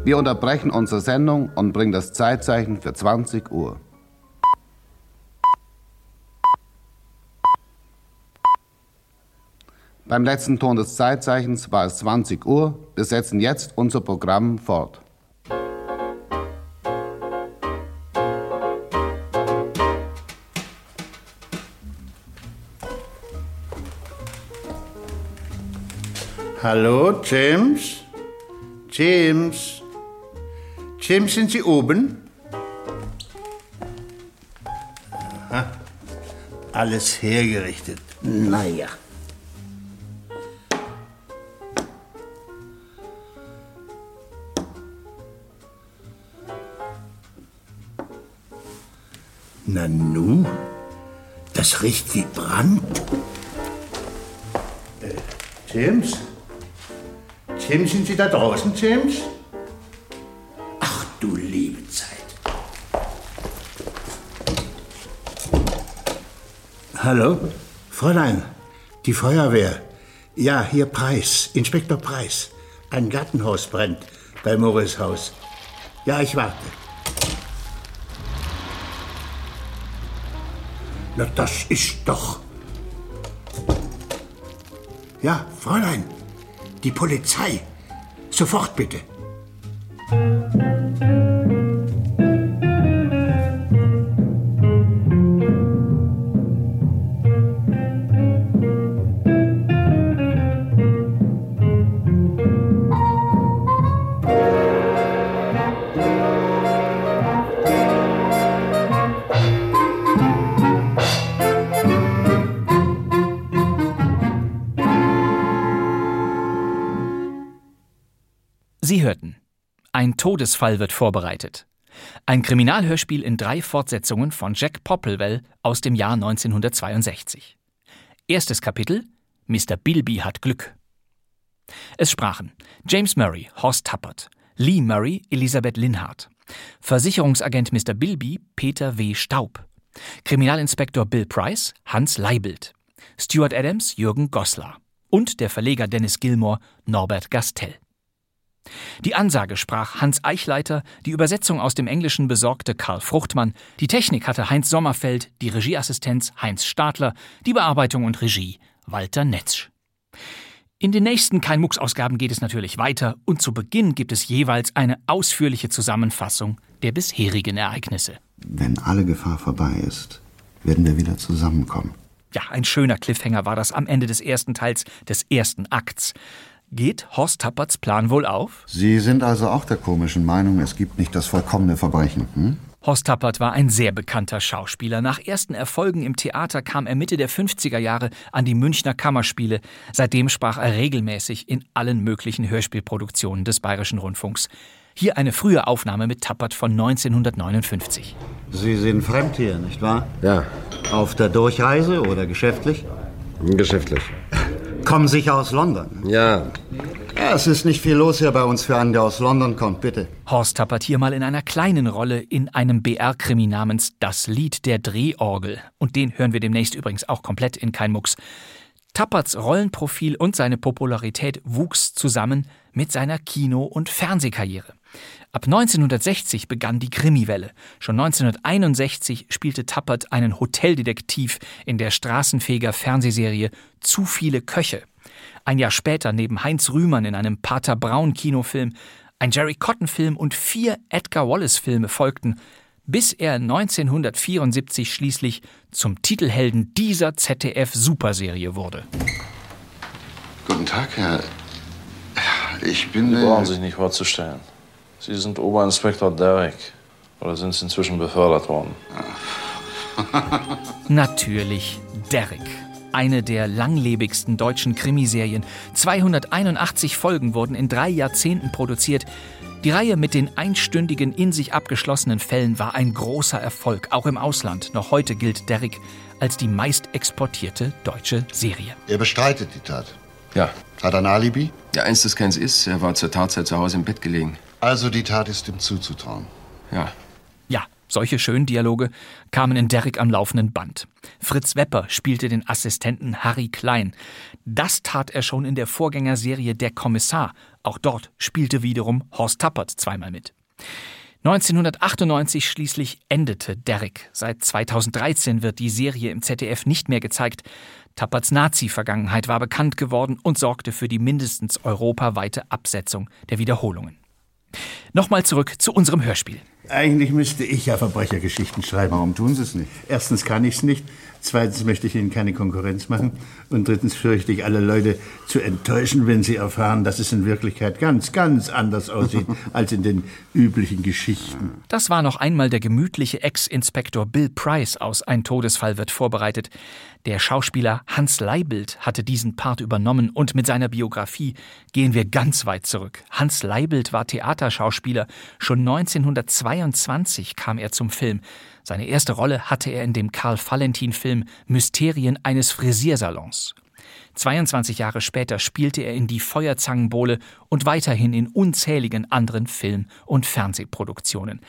Wir unterbrechen unsere Sendung und bringen das Zeitzeichen für 20 Uhr. Beim letzten Ton des Zeitzeichens war es 20 Uhr. Wir setzen jetzt unser Programm fort. Hallo, James? James? James, sind Sie oben? Aha. Alles hergerichtet. Naja. Na nu, das riecht wie Brand. Äh, James? James, sind Sie da draußen, James? Ach du liebe Zeit. Hallo? Fräulein, die Feuerwehr. Ja, hier Preis, Inspektor Preis. Ein Gartenhaus brennt bei Morris Haus. Ja, ich warte. Na, das ist doch. Ja, Fräulein, die Polizei. Sofort bitte. Sie hörten. Ein Todesfall wird vorbereitet. Ein Kriminalhörspiel in drei Fortsetzungen von Jack Popplewell aus dem Jahr 1962. Erstes Kapitel Mr. Bilby hat Glück. Es sprachen James Murray, Horst Tappert, Lee Murray, Elisabeth Linhardt, Versicherungsagent Mr. Bilby, Peter W. Staub, Kriminalinspektor Bill Price, Hans Leibild, Stuart Adams, Jürgen Goslar und der Verleger Dennis Gilmore, Norbert Gastel. Die Ansage sprach Hans Eichleiter, die Übersetzung aus dem Englischen besorgte Karl Fruchtmann, die Technik hatte Heinz Sommerfeld, die Regieassistenz Heinz Stadler, die Bearbeitung und Regie Walter Netzsch. In den nächsten Kein Mucks-Ausgaben geht es natürlich weiter und zu Beginn gibt es jeweils eine ausführliche Zusammenfassung der bisherigen Ereignisse. Wenn alle Gefahr vorbei ist, werden wir wieder zusammenkommen. Ja, ein schöner Cliffhanger war das am Ende des ersten Teils des ersten Akts. Geht Horst Tapperts Plan wohl auf? Sie sind also auch der komischen Meinung, es gibt nicht das vollkommene Verbrechen. Hm? Horst Tappert war ein sehr bekannter Schauspieler. Nach ersten Erfolgen im Theater kam er Mitte der 50er Jahre an die Münchner Kammerspiele. Seitdem sprach er regelmäßig in allen möglichen Hörspielproduktionen des Bayerischen Rundfunks. Hier eine frühe Aufnahme mit Tappert von 1959. Sie sind fremd hier, nicht wahr? Ja. Auf der Durchreise oder geschäftlich? Geschäftlich. Kommen sicher aus London. Ja. ja. Es ist nicht viel los hier bei uns für einen, der aus London kommt, bitte. Horst Tappert hier mal in einer kleinen Rolle in einem BR-Krimi namens Das Lied der Drehorgel. Und den hören wir demnächst übrigens auch komplett in Kein Mucks. Tapperts Rollenprofil und seine Popularität wuchs zusammen mit seiner Kino- und Fernsehkarriere. Ab 1960 begann die Krimiwelle. Schon 1961 spielte Tappert einen Hoteldetektiv in der Straßenfeger Fernsehserie Zu viele Köche. Ein Jahr später neben Heinz Rühmann in einem Pater Braun Kinofilm, ein Jerry Cotton Film und vier Edgar Wallace Filme folgten, bis er 1974 schließlich zum Titelhelden dieser ZDF Superserie wurde. Guten Tag, Herr. Ich bin. Sie brauchen sich nicht vorzustellen. Sie sind Oberinspektor Derrick. Oder sind Sie inzwischen befördert worden? Natürlich Derrick. Eine der langlebigsten deutschen Krimiserien. 281 Folgen wurden in drei Jahrzehnten produziert. Die Reihe mit den einstündigen, in sich abgeschlossenen Fällen war ein großer Erfolg, auch im Ausland. Noch heute gilt Derrick als die meist exportierte deutsche Serie. Er bestreitet die Tat. Ja. Hat er ein Alibi? Ja, eins des keins ist. Er war zur Tatzeit zu Hause im Bett gelegen. Also die Tat ist ihm zuzutrauen. Ja. Ja, solche schönen Dialoge kamen in Derrick am laufenden Band. Fritz Wepper spielte den Assistenten Harry Klein. Das tat er schon in der Vorgängerserie Der Kommissar. Auch dort spielte wiederum Horst Tappert zweimal mit. 1998 schließlich endete Derrick. Seit 2013 wird die Serie im ZDF nicht mehr gezeigt. Tapperts Nazi-Vergangenheit war bekannt geworden und sorgte für die mindestens europaweite Absetzung der Wiederholungen. Nochmal zurück zu unserem Hörspiel. Eigentlich müsste ich ja Verbrechergeschichten schreiben. Warum tun Sie es nicht? Erstens kann ich es nicht, zweitens möchte ich Ihnen keine Konkurrenz machen und drittens fürchte ich, alle Leute zu enttäuschen, wenn sie erfahren, dass es in Wirklichkeit ganz, ganz anders aussieht als in den üblichen Geschichten. Das war noch einmal der gemütliche Ex-Inspektor Bill Price aus Ein Todesfall wird vorbereitet. Der Schauspieler Hans Leibild hatte diesen Part übernommen und mit seiner Biografie gehen wir ganz weit zurück. Hans Leibild war Theaterschauspieler. Schon 1922 kam er zum Film. Seine erste Rolle hatte er in dem Karl-Valentin-Film Mysterien eines Frisiersalons. 22 Jahre später spielte er in Die Feuerzangenbowle und weiterhin in unzähligen anderen Film- und Fernsehproduktionen.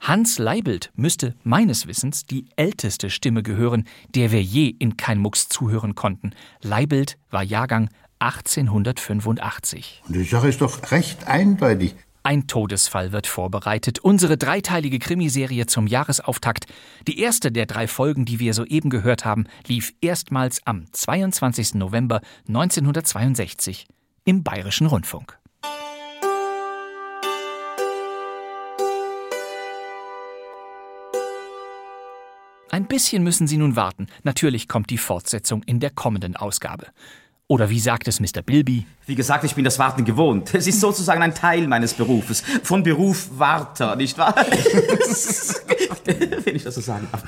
Hans Leibild müsste meines Wissens die älteste Stimme gehören, der wir je in Kein Mucks zuhören konnten. Leibild war Jahrgang 1885. Und die Sache ist doch recht eindeutig. Ein Todesfall wird vorbereitet. Unsere dreiteilige Krimiserie zum Jahresauftakt. Die erste der drei Folgen, die wir soeben gehört haben, lief erstmals am 22. November 1962 im Bayerischen Rundfunk. Ein bisschen müssen Sie nun warten. Natürlich kommt die Fortsetzung in der kommenden Ausgabe. Oder wie sagt es Mr. Bilby? Wie gesagt, ich bin das Warten gewohnt. Es ist sozusagen ein Teil meines Berufes. Von Beruf Warter, nicht wahr? Wenn ich das so sagen darf.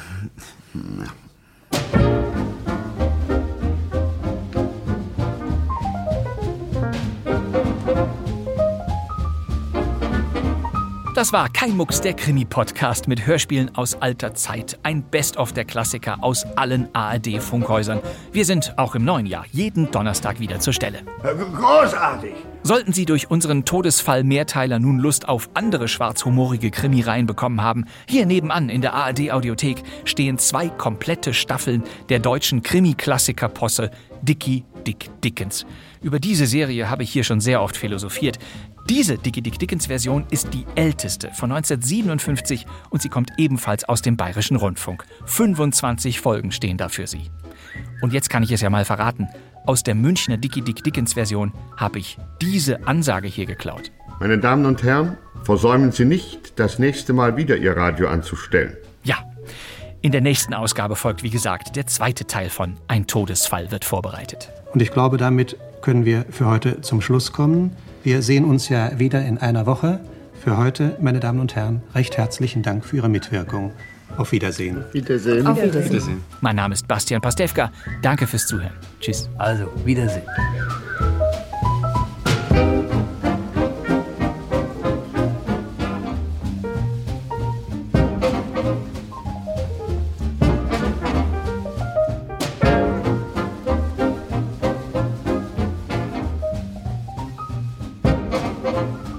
Das war Kein Mucks, der Krimi-Podcast mit Hörspielen aus alter Zeit. Ein Best-of der Klassiker aus allen ARD-Funkhäusern. Wir sind auch im neuen Jahr jeden Donnerstag wieder zur Stelle. Großartig! Sollten Sie durch unseren Todesfall-Mehrteiler nun Lust auf andere schwarzhumorige Krimireihen bekommen haben, hier nebenan in der ARD-Audiothek stehen zwei komplette Staffeln der deutschen Krimi-Klassiker-Posse Dicky Dick Dickens. Über diese Serie habe ich hier schon sehr oft philosophiert. Diese Dickie Dick Dickens Version ist die älteste von 1957 und sie kommt ebenfalls aus dem Bayerischen Rundfunk. 25 Folgen stehen da für sie. Und jetzt kann ich es ja mal verraten. Aus der Münchner Dickie Dick Dickens Version habe ich diese Ansage hier geklaut. Meine Damen und Herren, versäumen Sie nicht, das nächste Mal wieder Ihr Radio anzustellen. Ja. In der nächsten Ausgabe folgt, wie gesagt, der zweite Teil von Ein Todesfall wird vorbereitet. Und ich glaube, damit können wir für heute zum Schluss kommen. Wir sehen uns ja wieder in einer Woche. Für heute, meine Damen und Herren, recht herzlichen Dank für Ihre Mitwirkung. Auf Wiedersehen. Wiedersehen. Auf Wiedersehen. Wiedersehen. Mein Name ist Bastian Pastewka. Danke fürs Zuhören. Tschüss. Also, Wiedersehen. Thank you.